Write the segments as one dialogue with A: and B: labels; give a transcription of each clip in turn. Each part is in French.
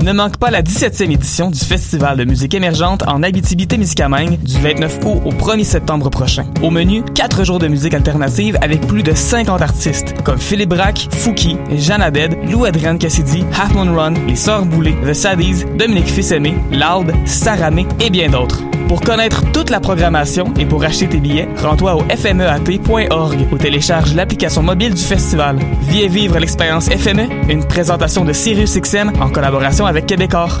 A: Ne manque pas la 17e édition du Festival de musique émergente en Abitibi-Témiscamingue du 29 août au 1er septembre prochain. Au menu, 4 jours de musique alternative avec plus de 50 artistes comme Philippe Braque, Fouki, Jeanne Abed, Lou Adrienne Cassidy, Half Moon Run, Les Sœurs Boulay, The Sadies, Dominique Fils-Aimé, Loud, Saramé et bien d'autres. Pour connaître toute la programmation et pour acheter tes billets, rends-toi au E fmeat.org ou télécharge l'application mobile du festival. Viens vivre l'expérience FME, une présentation de SiriusXM en collaboration avec Québecor.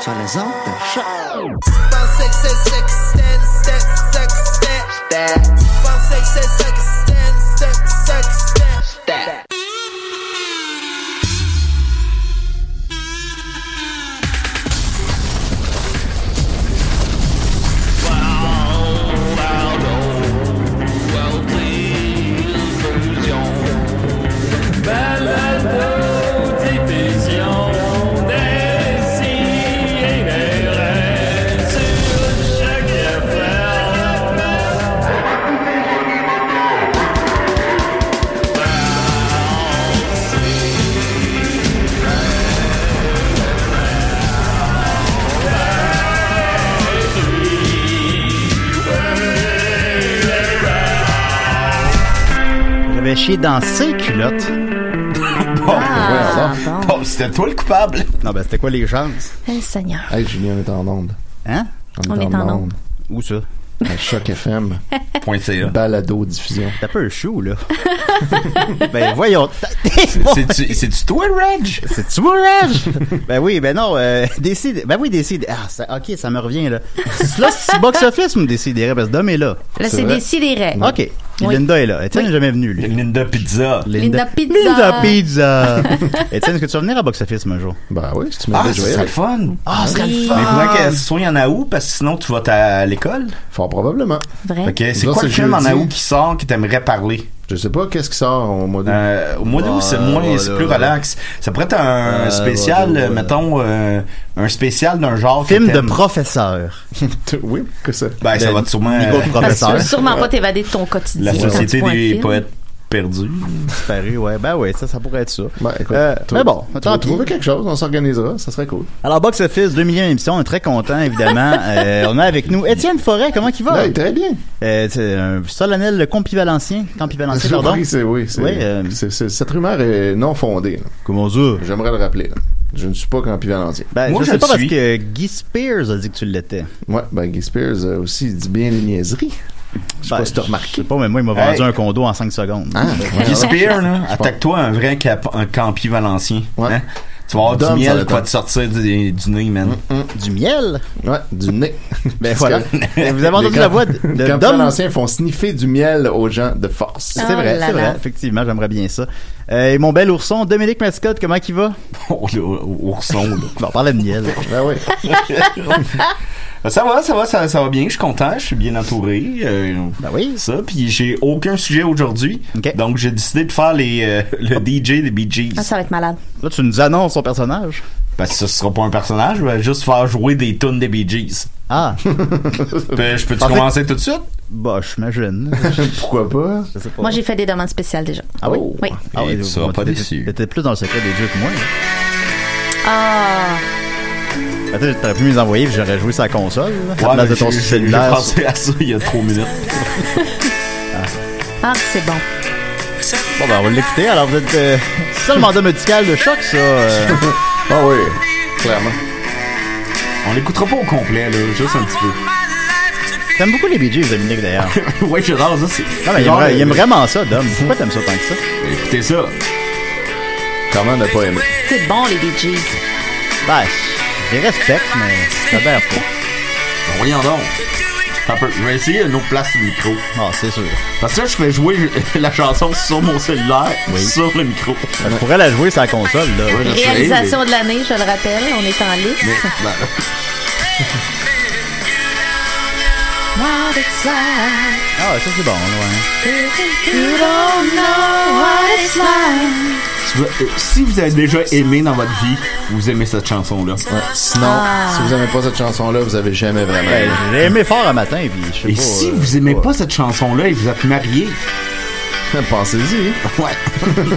B: sur les ondes de choc.
C: J'avais chié dans ses culottes. Ah,
D: Bon, ben voyons donc. Bon, c'était toi le coupable.
C: Non, ben, c'était quoi les chances?
E: Eh, Seigneur.
D: Hey, Julien, on est en onde.
C: Hein?
E: On est en onde.
C: Où ça?
D: À Choc FM,
F: Point CA.
D: balado, diffusion.
C: T'as pas un chou, là. ben, voyons.
F: C'est-tu c'est-tu toi, Reg?
C: C'est-tu mon rêve? ben oui, ben non, euh, décide. Ben oui, décide. Ah, ça, ok, ça me revient, là. là, c'est box-office, me déciderait, parce que Dom est là.
G: Là, c'est
D: vrai.
G: décidéré.
C: Ok. Puis Linda est là. Étienne n'est jamais venue, lui.
F: Linda Pizza.
G: Linda Pizza.
C: Linda Pizza. Étienne, est-ce que tu vas venir à box-office un jour?
D: Ben oui, si tu
F: Ah,
D: m'avais
F: ça
D: joué.
F: serait le fun.
C: Ah, ce serait le
F: Mais faut que ce soit en août, parce que sinon tu vas à l'école.
D: Fort probablement.
G: Vrai.
F: Ok, c'est
D: Ça,
F: quoi
D: c'est
F: le film en
D: jeudi.
F: août qui sort que t'aimerais parler?
D: Je sais pas qu'est-ce qui sort au mois d'août.
F: Euh, au mois d'août, c'est moins,
C: Ouais,
F: c'est
C: là,
F: plus
C: là.
F: relax. Ça pourrait être un
D: Ouais,
F: spécial,
D: ouais, ouais.
F: euh, mettons, euh, un spécial d'un genre. que
C: Film de
F: t'aimes.
C: professeur. Euh,
D: Oui, que ça.
F: Ben, ça
C: de
F: va sûrement.
C: Nico
F: euh,
C: le
G: Parce que tu
C: professeur.
G: peux sûrement pas t'évader de ton quotidien.
F: la
G: quand tu
F: société
G: vois un
F: des
G: film.
F: poètes perdus.
C: Disparu, ouais. Ben oui, ça, ça pourrait être ça.
D: Ben, écoute,
C: Euh,
D: tu-
C: mais bon,
D: tu
C: tant
D: vas
C: pis.
D: trouver quelque chose, on s'organisera, ça serait cool.
C: Alors, Box Office, 2 millions d'émissions, on est très content évidemment. Euh, on a avec nous Étienne Forêt, comment il va?
D: Ouais, très bien.
C: Euh, c'est un solennel compivalencien. Compivalencien,
D: Je
C: Ah, pardon.
D: prie, c'est oui, c'est,
C: Oui, euh,
D: c'est- c'est- cette rumeur est non fondée. là.
C: Comment ça?
D: J'aimerais le rappeler. là. Je ne suis pas Campi Valentien.
C: Ben,
F: Moi,
C: je
F: je
C: sais
F: le
C: pas parce
F: suis.
C: que Guy Spears a dit que tu l'étais.
D: Ouais, ben Guy Spears euh, aussi dit bien les niaiseries.
C: Je
D: sais pas si t'as remarqué. Ah,
C: Ben, Je Ben, sais pas, mais moi, il m'a vendu
F: Hey.
C: un condo en 5 secondes.
D: Hein?
F: Guy Spear, là, attaque-toi un vrai cap- un campi valencien.
D: Ouais.
F: hein. Tu vas avoir
D: Dom,
F: du
D: ça Mm,
F: miel
D: l'attend.
F: qui va te sortir du, du nez, man.
C: Du miel?
D: Ouais, du nez.
C: Ben
D: Parce
C: voilà.
D: que
C: Et Vous avez
D: les
C: entendu
D: Camp-
C: la voix de, de
D: Campi
C: Dom-
D: Valenciens font sniffer du miel aux gens de force.
F: Ah.
C: C'est vrai,
G: Oh là
C: c'est vrai.
G: là.
C: Effectivement, j'aimerais bien ça. Euh, et mon bel ourson, Dominique Mascotte, comment il va?
F: Oh, le ourson, là.
C: Bon, on parlait de miel.
D: Ben oui.
F: Ça va, ça va, ça, ça va bien. Je suis content, je suis bien entouré. euh,
C: Ben oui.
F: ça, puis j'ai aucun sujet aujourd'hui.
C: Ok.
F: Donc j'ai décidé de faire les, euh, le DJ des Bee Gees.
G: Ah, ça va être malade.
C: Là, tu nous annonces son personnage.
F: Parce que ça, ce sera pas un personnage, je vais juste faire jouer des tunes des Bee Gees.
C: Ah,
F: Puis, Ben, je peux-tu
C: Parfait.
F: commencer tout de suite?
C: Bah, j'imagine.
F: Pourquoi pas?
C: Je sais pas.
E: Moi, j'ai fait des demandes spéciales déjà.
C: Oh. Ah oui?
E: Oui.
F: Et tu seras
C: moi,
F: pas
C: t'étais-
F: déçu.
C: T'étais plus dans le secret des dieux que moi. là.
E: Ah,
C: Attends, Ben, t'aurais pu me les envoyer puis j'aurais joué sa console. là, à la place de ton
F: j'ai- j'ai-
C: cellulaire.
F: J'ai pensé à ça il y a trois minutes.
E: ah c'est bon.
C: Bon, ben, on va l'écouter. Alors, vous êtes. euh, c'est ça le mandat médical de choc, ça. euh.
F: Ah oui, clairement. On l'écoutera pas au complet, Ben là, juste un petit
C: T'aimes beaucoup les Bee Gees, Dominique, d'ailleurs.
F: peu. ouais, je rase, ça, c'est. euh,
C: Non, mais il aime, il aime vraiment ça, Dom. Pourquoi t'aimes ça tant que ça?
F: Écoutez ça. Comment ne pas aimer?
E: C'est bon, les Bee Gees.
C: Ben, je les respecte, mais j'adhère pas.
F: Voyons donc. Attends un peu, Je vais essayer une autre place du micro.
C: Ah, c'est sûr.
F: Parce que là, je fais jouer la chanson sur mon cellulaire,
C: Oui.
F: sur le micro.
C: Ben, je pourrais la jouer sur la console, là.
F: Ouais, je sais,
E: Réalisation de l'année, je le rappelle, on est en lice.
F: mais- mais- ben,
E: What it's like,
C: Ah, ça, c'est bon, ouais.
E: you don't know what it's like.
F: si vous- euh, si vous avez déjà aimé dans votre vie, vous aimez cette chanson-là.
D: Sinon, si vous aimez pas cette chanson-là, vous avez jamais vraiment.
C: Ben, je l'ai aimé fort un matin, puis je sais
F: Et
C: pas.
F: si
C: euh,
F: vous aimez
C: ouais.
F: pas cette chanson-là et vous êtes marié,
D: Pensez-y.
F: ouais.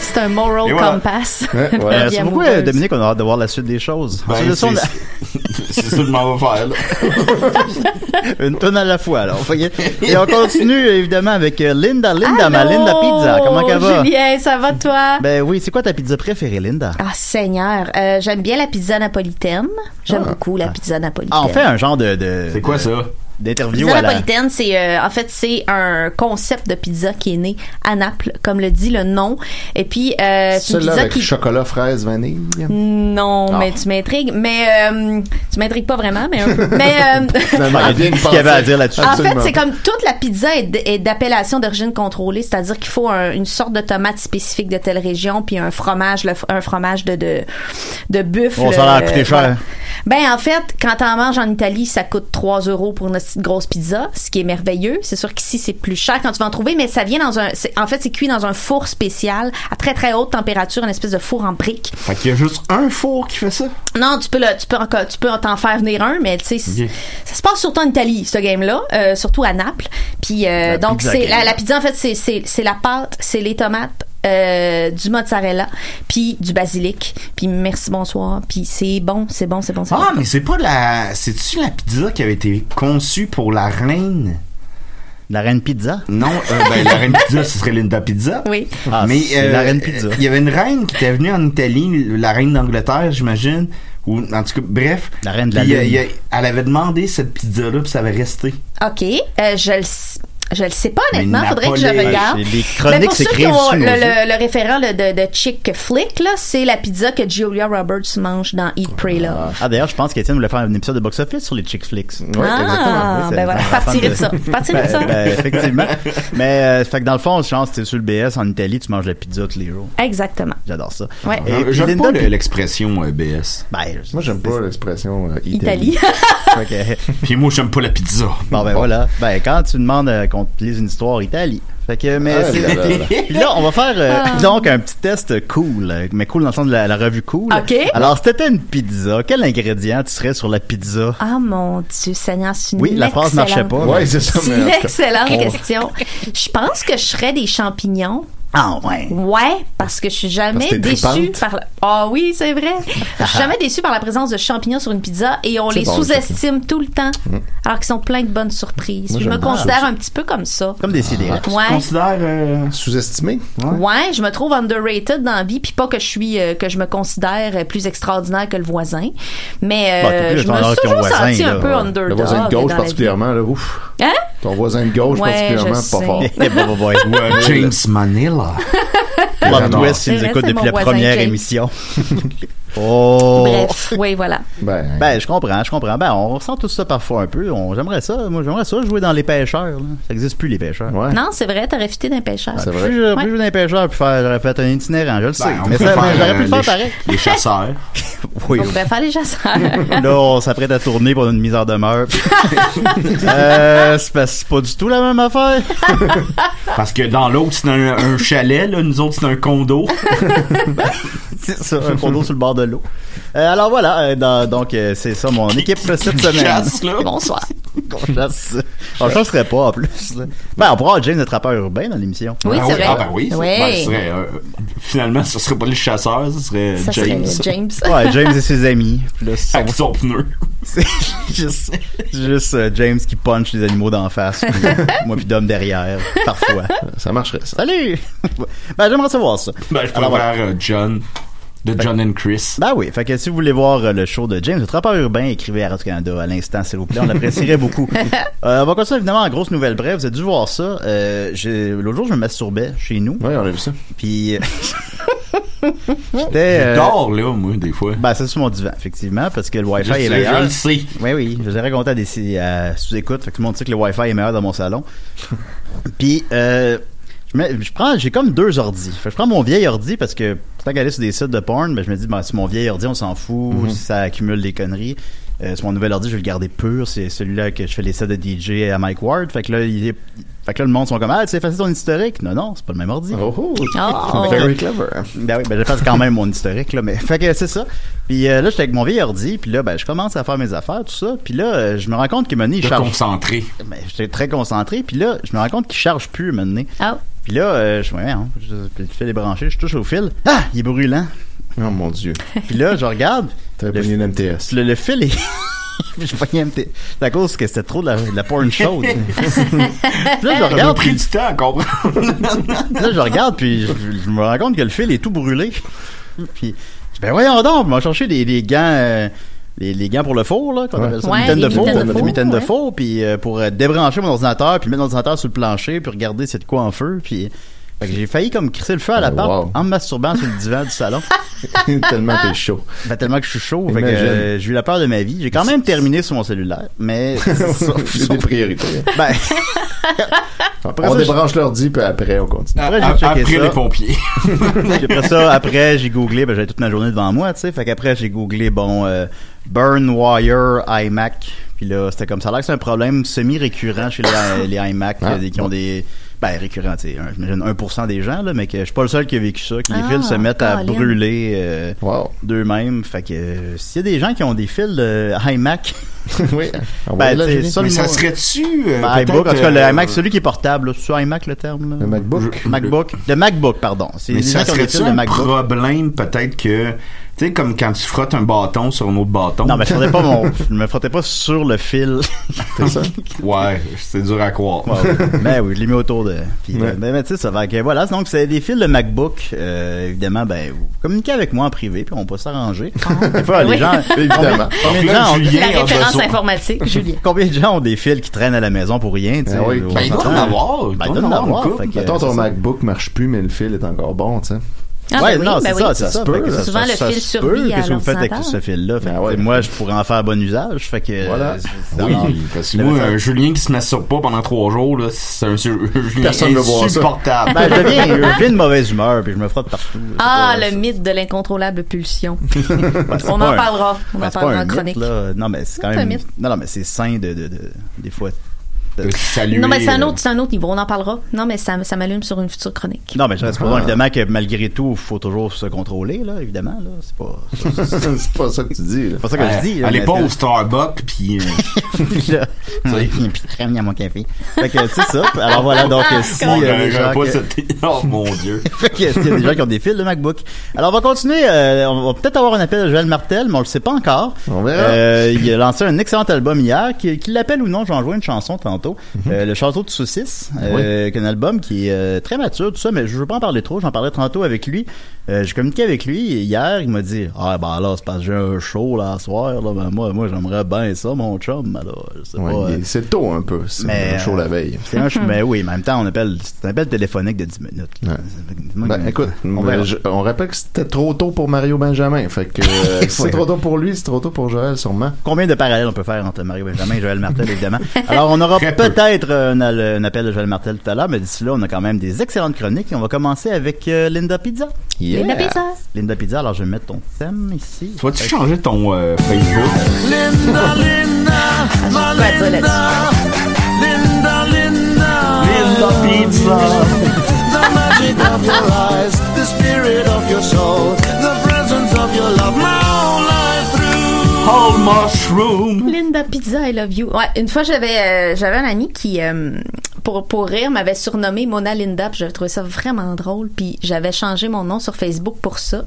E: C'est un moral
F: Et voilà.
E: compass.
D: Ouais, ouais.
C: Euh,
E: Bien
C: c'est
E: amoureuse.
C: pourquoi, euh, Dominique, on a hâte de voir la suite des choses.
F: Ben,
C: Ensuite de ça, on a-
F: c'est- c'est ça que je m'en vais faire, là.
C: Une tonne à la fois, alors. Fait que- Et on continue, évidemment, avec euh, Linda, Linda, ma
E: Allô,
C: Linda Pizza. Comment qu'elle va?
E: Julien, ça va toi?
C: Ben oui, c'est quoi ta pizza préférée, Linda?
E: Ah, Seigneur, euh, j'aime bien la pizza napolitaine. J'aime beaucoup la pizza napolitaine.
C: Ah, on Ah. fait un genre de, de-
F: C'est quoi
E: Euh,
F: ça?
C: d'interview
E: Pizza
C: à la...
E: napolitaine, c'est euh, en fait c'est un concept de pizza qui est né à Naples, comme le dit le nom. Et puis euh, c'est une
D: Celle-là
E: pizza
D: avec Ah.
E: qui
D: chocolat, fraise, vanille.
E: non, mais tu m'intrigues, mais euh, tu m'intrigues pas vraiment, mais un peu. mais euh,
D: Finalement,
C: Ah, il y
D: bien
C: a tout ce
D: pensé.
C: qu'il y avait à dire là-dessus.
E: Ah, En fait,
D: Absolument.
E: c'est comme toute la pizza est d- est d'appellation d'origine contrôlée, c'est-à-dire qu'il faut un- une sorte de tomate spécifique de telle région, puis un fromage, le f- un fromage de de, de buffle.
C: Bon, Oh, ça a l'air
E: euh,
C: coûté cher.
E: voilà. Ben en fait, quand t'en manges en Italie, ça coûte 3 euros pour une petite grosse pizza, ce qui est merveilleux. C'est sûr qu'ici c'est plus cher quand tu vas en trouver, mais ça vient dans un, c'est- en fait c'est cuit dans un four spécial à très très haute température, une espèce de four en brique.
F: Fait qu'il y a juste un four qui fait ça.
E: Non, tu peux le, tu peux encore, tu peux t'en faire venir un, mais tu sais, c-
F: Ok.
E: ça se passe surtout en Italie, ce game-là, euh, surtout à Naples. Puis euh,
C: La
E: donc
C: pizza
E: c'est
C: game.
E: la, la pizza en fait, c'est c'est c'est la pâte, c'est les tomates. euh, du mozzarella, puis du basilic, puis merci, bonsoir, puis c'est bon, c'est bon, c'est bon, c'est
F: Ah,
E: bon.
F: mais c'est pas la. C'est-tu la pizza qui avait été conçue pour la reine?
C: La reine pizza?
F: Non, euh, ben, la reine pizza, ce serait Linda Pizza.
E: Oui.
C: Ah,
F: mais
C: c'est
F: euh,
C: la reine pizza.
F: Il y avait une reine qui était venue en Italie, la reine d'Angleterre, j'imagine. Ou, en tout cas, bref.
C: La reine de la
F: Puis, euh,
C: lune.
F: il y a- elle avait demandé cette pizza-là, puis ça avait resté.
E: OK, euh, je le s- je le sais pas honnêtement,
F: Mais
E: faudrait que je
F: Napolé-
E: regarde.
C: Ouais, c'est- les
E: Mais
C: chroniques
E: pour ceux qui
C: s'écrivent
E: ont
C: dessus,
E: le,
C: moi,
E: le, le référent le- de, de chick flick là, c'est la pizza que Julia Roberts mange dans Eat Pray Love.
C: Ah, d'ailleurs, je pense qu'Étienne voulait faire un épisode de box-office sur les chick flicks.
D: Ouais, exactement.
E: ah,
C: Oui, c'est-
E: ben voilà,
C: c'est un
E: partirai
C: fan
E: de ça. Partirai de
C: Ben,
E: ça.
C: ben, effectivement. Mais, euh, fait que dans le fond, chance, t'es sur le BS en Italie, tu manges la pizza tous les jours.
E: Exactement.
C: J'adore ça.
E: Ouais.
C: Et
F: Euh,
C: puis
F: J'aime
C: Linda,
F: pas
C: puis-
F: le- l'expression euh, BS.
C: Ben, je-
D: Moi, j'aime pas l'expression euh, Italie.
E: Italie.
C: Fait que-
F: Puis moi, j'aime pas la pizza.
C: Bon, ben voilà. Ben, quand tu demandes euh, qu'on te lise une histoire Italie. Fait que, mais
D: Ah,
C: c'est-
F: ben,
D: là, là, là.
C: Puis là, on va faire euh,
E: Ah.
C: donc un petit test cool, euh, mais cool dans le sens de la, la revue cool.
E: OK.
C: Alors, si t'étais une pizza, quel ingrédient tu serais sur la pizza?
E: Ah mon Dieu, Seigneur, c'est une
C: Oui, la phrase
E: excellente-
C: marchait pas.
D: Ouais, c'est ça,
E: C'est
D: mais en
E: une
D: tout cas,
E: excellente
D: on-
E: question. Je pense que je serais des champignons.
C: Ah, ouais.
E: Ouais, parce que je suis
D: Parce que
E: jamais
D: t'es
E: déçue
D: tripante.
E: par la... Ah oui, c'est vrai. Je suis jamais déçue par la présence de champignons sur une pizza et on
D: C'est
E: les
D: bon,
E: sous-estime tout le temps, alors qu'ils sont pleins de bonnes surprises.
D: Moi,
E: Puis je me
D: j'aime bien
E: considère un petit peu comme ça.
C: Comme des sidérés.
F: Je
E: Ouais.
F: considère. euh,
D: Sous-estimé.
E: Ouais, je me trouve underrated dans la vie, puis pas que je suis euh, que je me considère euh, plus extraordinaire que le voisin, mais
C: Bah, t'es
E: euh,
C: plus
E: je me
C: standard
E: suis
C: que ton
E: toujours
C: voisin,
E: senti
C: là.
E: un peu
C: Ouais.
E: underdog.
D: Le voisin de
E: dans
D: gauche
E: la vie.
D: particulièrement, là, ouf.
E: Hein?
D: Ton voisin de gauche
E: Ouais,
D: particulièrement,
E: je
D: pas
E: sais.
D: fort.
C: Eh, bon, bon, bon.
F: ouais, James Manila.
C: Plot twist,
E: C'est
C: ils nous
E: vrai,
C: écoutent
E: c'est
C: depuis
E: mon
C: la
E: voisin
C: première
E: Jake.
C: émission. oh!
E: Bref, oui, voilà.
D: Ben,
C: Ben, je comprends, je comprends. Ben, on ressent tout ça parfois un peu. On, j'aimerais ça, moi, j'aimerais ça jouer dans les pêcheurs, là. Ça existe plus, les pêcheurs.
D: ouais.
E: Ben, Non, c'est vrai, t'aurais fité d'un pêcheur.
D: C'est
C: Plus
D: vrai.
C: j'aurais
E: Ouais.
C: plus joué dans les pêcheurs, puis faire, j'aurais fait un itinérant, je le sais.
F: Ben, on
C: mais
F: peut
C: ça,
F: faire,
C: mais j'aurais pu
F: euh,
C: le faire
F: les-
C: pareil.
F: Les chasseurs.
C: Oui,
E: On pourrait ben, faire les chasseurs.
C: Là, on s'apprête à tourner pour une mise en demeure. euh, c'est pas, c'est pas du tout la même affaire.
F: Parce que dans l'autre, c'est un, un chalet, là. Nous autres, c'est un condo.
C: C'est ça, un condo sur le bord de l'eau. Euh, alors voilà, euh, dans- donc euh, c'est ça mon équipe cette semaine.
F: Chasse, là.
E: Bonsoir.
C: Qu'on chasse ça. On chasserait pas, en plus. là. Ben, on pourra avoir James, notre rappeur urbain, dans l'émission.
E: Oui,
H: ah,
E: c'est
H: oui.
E: vrai.
H: Ah, ben oui.
E: Ouais.
H: Ben, ce serait, euh, finalement, ce serait pas le chasseur, ce serait
E: Ça serait
H: James.
E: James.
C: Ouais, James et ses amis. Puis là, son-
H: Avec son pneu.
C: C'est juste, juste euh, James qui punch les animaux d'en face. puis euh, moi puis Dom derrière, parfois.
D: Ça marcherait, ça.
C: Salut! ben, j'aimerais savoir ça.
H: Ben, je pourrais
C: Alors, voilà.
H: faire euh, John. De John and Chris.
C: Ben oui, fait que si vous voulez voir euh, le show de James, notre rapport urbain, écrivez à Radio-Canada à l'instant, s'il vous plaît, on l'apprécierait beaucoup. Euh, on va continuer évidemment en grosse nouvelle brève, vous avez dû voir ça. Euh, j'ai- L'autre jour, je me masturbais chez nous,
D: Oui, on a vu
E: Euh,
D: ça.
C: puis... euh, J'étais... euh,
H: Dors, là, moi, des fois.
C: ben, c'est sur mon divan, effectivement, parce que le Wi-Fi
H: je,
C: est
H: sais,
C: meilleur.
H: je le sais.
C: Oui, oui, je l'ai raconté à des à sous-écoute, fait que tout le monde sait que le Wi-Fi est meilleur dans mon salon. Puis, euh, je, mets- je prends, j'ai comme deux ordis. Fait que je prends mon vieil ordi parce que, tant qu'aller sur des sites de porn, ben, je me dis, ben, c'est mon vieil ordi, on s'en fout, ça accumule des conneries. Euh, c'est mon nouvel ordi, je vais le garder pur. C'est celui-là que je fais les sets de DJ à Mike Ward. Fait que là, il est- fait que là le monde sont comme, ah, tu as effacé ton historique. Non, non, c'est pas le même ordi.
D: Oh, oh.
E: Oh.
D: Very clever.
C: Ben oui, ben je passe quand même mon historique là, mais fait que c'est ça. Puis euh, là j'étais avec mon vieil ordi, puis là ben je commence à faire mes affaires tout ça, puis là euh, je me rends compte que maintenant il
H: De
C: charge.
H: concentrer.
C: Ben, j'étais très concentré, puis là je me rends compte qu'il charge plus maintenant.
E: Ah.
C: Puis là euh, je me dis, hein, je puis le fil est branché, je touche au fil. Ah, il est brûlant.
D: Oh mon dieu.
C: Puis là je regarde,
D: T'avais
C: Le-
D: pas une MTS.
C: le, le fil est je pognais un petit- C'est à cause que c'était trop de la, de la porn chaude. puis là je
H: Ça m'a
C: regarde,
H: pris
C: puis
H: du temps à comprendre.
C: Là, je regarde, puis je, je me rends compte que le fil est tout brûlé. puis, je dis, ben voyons donc, on m'a cherché des, des gants. euh, les, les gants pour le four, là, qu'on
D: Ouais.
C: appelle ça,
E: Ouais,
C: des mitaines
E: les
C: de four,
E: mitaines de
C: des
E: four,
C: mitaines de
E: ouais.
C: four, puis euh, pour euh, débrancher mon ordinateur, puis mettre l'ordinateur sur le plancher, puis regarder c'est de quoi en feu, puis fait que j'ai failli comme crisser le feu à la
D: Oh,
C: porte
D: wow.
C: en me masturbant sur le divan du salon.
D: Tellement t'es chaud.
C: Ben, tellement que je suis chaud, fait que,
D: Imagine.
C: euh, j'ai eu la peur de ma vie. J'ai quand même terminé sur mon cellulaire, mais
D: C'est des priorités.
C: ben,
D: on
C: ça, je-
D: débranche l'ordi, puis après, on continue.
C: Après, j'ai
H: A-
C: checké
H: après
C: ça.
H: les pompiers.
C: Puis après ça, après, j'ai googlé, ben, j'avais toute ma journée devant moi, tu sais. Fait qu'après, j'ai googlé, bon, euh, Burn Wire iMac. Puis là, c'était comme ça. Ça a l'air que c'est un problème semi-récurrent chez les, les iMac
D: Ah,
C: euh, qui ont des. Ben, récurrent, tu sais. un- J'imagine 1% des gens, là, mais que je suis pas le seul qui a vécu ça, que les
E: Ah,
C: fils se mettent à
E: Colin.
C: brûler euh,
D: Wow.
C: d'eux-mêmes. Fait que euh, s'il y a des gens qui ont des fils de iMac,
D: oui.
C: ben,
D: Envoyez-la,
C: tu sais,
D: Julie.
C: le
H: Mais ça
C: mot-
H: serait-tu. euh,
C: ben, iBook, en
H: peut-être,
C: tout cas, le
H: euh,
C: iMac, celui qui est portable, là. c'est ça iMac le terme, là?
D: Le MacBook.
C: MacBook. Le MacBook, pardon. C'est
H: Mais
C: les gens
H: ça
C: qui ont des fils
H: serait-tu
C: de
H: un
C: MacBook.
H: problème, peut-être que. Tu sais, comme quand tu frottes un bâton sur un autre bâton.
C: Non, mais je frottais pas mon, je me frottais pas sur le fil.
D: C'est ça.
H: Ouais, c'est dur à croire.
C: ben oui, je l'ai mis autour de. Puis,
D: Ouais.
C: euh, ben, ben, tu sais, ça va. que voilà, donc c'est des fils de MacBook. Euh, évidemment, ben vous communiquez avec moi en privé, puis on peut s'arranger. Des fois, les
E: Oui.
C: gens,
D: Évidemment.
C: combien, de
H: Là,
C: gens ont,
H: Julien,
E: La
H: en
E: référence
H: dessous.
E: informatique, Julien.
C: combien de gens ont des fils qui traînent à la maison pour rien tu sais,
D: Ah oui.
C: on
H: Ben, il doit
C: s'entend.
H: en avoir.
C: Ben,
H: Il
C: il
H: doit
C: doit en avoir.
H: une couple.
C: Fait que,
D: Mettons, ton
C: c'est ça. Euh,
D: MacBook marche plus, mais le fil est encore bon, tu sais.
E: Ah,
C: ouais,
E: ben oui,
C: non, c'est
E: ben
C: ça,
E: oui.
C: c'est ça.
D: peut.
C: Fait que
E: Souvent, le
C: ça
E: fil
C: se
E: survit
C: peut.
E: à
C: Qu'est-ce que vous faites avec
E: l'ordinateur. Ah
C: ce fil-là? Fait que,
D: Ben ouais.
C: moi, je pourrais en faire bon usage. Fait que,
D: Voilà.
C: euh, c'est-
H: Oui,
C: alors,
H: parce que moi, un
D: euh,
H: Julien qui se masturbe pas pendant trois jours, là, c'est un su- Julien
D: Personne veut voir ça.
H: insupportable.
C: Ben, je deviens, je deviens de mauvaise humeur, puis je me frotte partout. C'est
E: Ah,
C: pas-
E: le mythe de l'incontrôlable pulsion.
C: Ben, c'est
E: On en
C: pas un-
E: parlera. On
C: Ben,
E: en
C: c'est pas
E: parlera
C: un
E: en chronique.
C: mythe, là. Non, mais c'est quand
E: Non, c'est un
C: même.
E: mythe.
C: Non, non, mais c'est sain de, de, de- des fois.
H: De saluer,
E: Non, mais c'est un,
H: euh,
E: autre, c'est un autre niveau. On en parlera. Non, mais ça, ça m'allume sur une future chronique.
C: Non, mais je reste pour évidemment que malgré tout, faut toujours se contrôler, là, évidemment, là. C'est pas, c'est
D: c'est pas ça que tu dis, là.
C: pas ça que je dis. là,
H: Allez
C: mais-
H: pas au Starbucks, puis. euh,
C: Puis là,
H: sais.
C: puis crème à mon café. Fait que c'est ça. Alors voilà, donc si
H: on
C: euh, les
H: n'aurait
C: gens
H: pas
C: que-
H: cette. Oh mon dieu.
C: Fait que s'il y a des gens qui ont des fils de MacBook. Alors, on va continuer. euh, on va peut-être avoir un appel de Joël Martel, mais on le sait pas encore.
D: On verra.
C: Euh, il a lancé un excellent album hier, qui- qu'il l'appelle ou non, j'en jouais une chanson tantôt.
D: Mm-hmm.
C: Euh, le Château de Saucisse, euh, qui est un album qui est euh, très mature, tout ça, mais je veux pas en parler trop. J'en parlais tantôt avec lui. Euh, J'ai communiqué avec lui hier. Il m'a dit Ah, ben là, c'est parce que j'ai un show là, à soir. Là, ben, moi, moi j'aimerais bien ça, mon chum. Alors, je sais
D: Ouais,
C: pas. euh,
D: il- C'est tôt un peu. C'est
C: Mais,
D: chaud
C: euh,
D: la veille.
C: c'est un ch- mais oui, mais en même temps, on appelle, c'est un appel téléphonique de 10 minutes.
D: Ouais. Ben, écoute,
C: On
D: on,
C: verra.
D: on rappelle que c'était trop tôt pour Mario Benjamin. Fait que euh, si c'est trop tôt pour lui, c'est trop tôt pour Joël, sûrement.
C: Combien de parallèles on peut faire entre Mario Benjamin et Joël Martel, évidemment. Alors, on aura
H: Très peu.
C: peut-être euh, un, un appel de Joël Martel tout à l'heure, mais d'ici là, on a quand même des excellentes chroniques. Et on va commencer avec euh, Linda Pizza.
D: Yeah.
E: Linda Pizza.
C: Linda Pizza, alors je vais mettre ton thème ici.
H: Tu vas-tu changer ton euh, Facebook?
E: Quoi à dire là-dessus?
H: All mushroom!
E: Linda ma pizza, I love you. Ouais, une fois, j'avais euh, j'avais un ami qui, euh, pour, pour rire, m'avait surnommé Mona Linda, puis j'avais trouvé ça vraiment drôle, puis j'avais changé mon nom sur Facebook pour ça.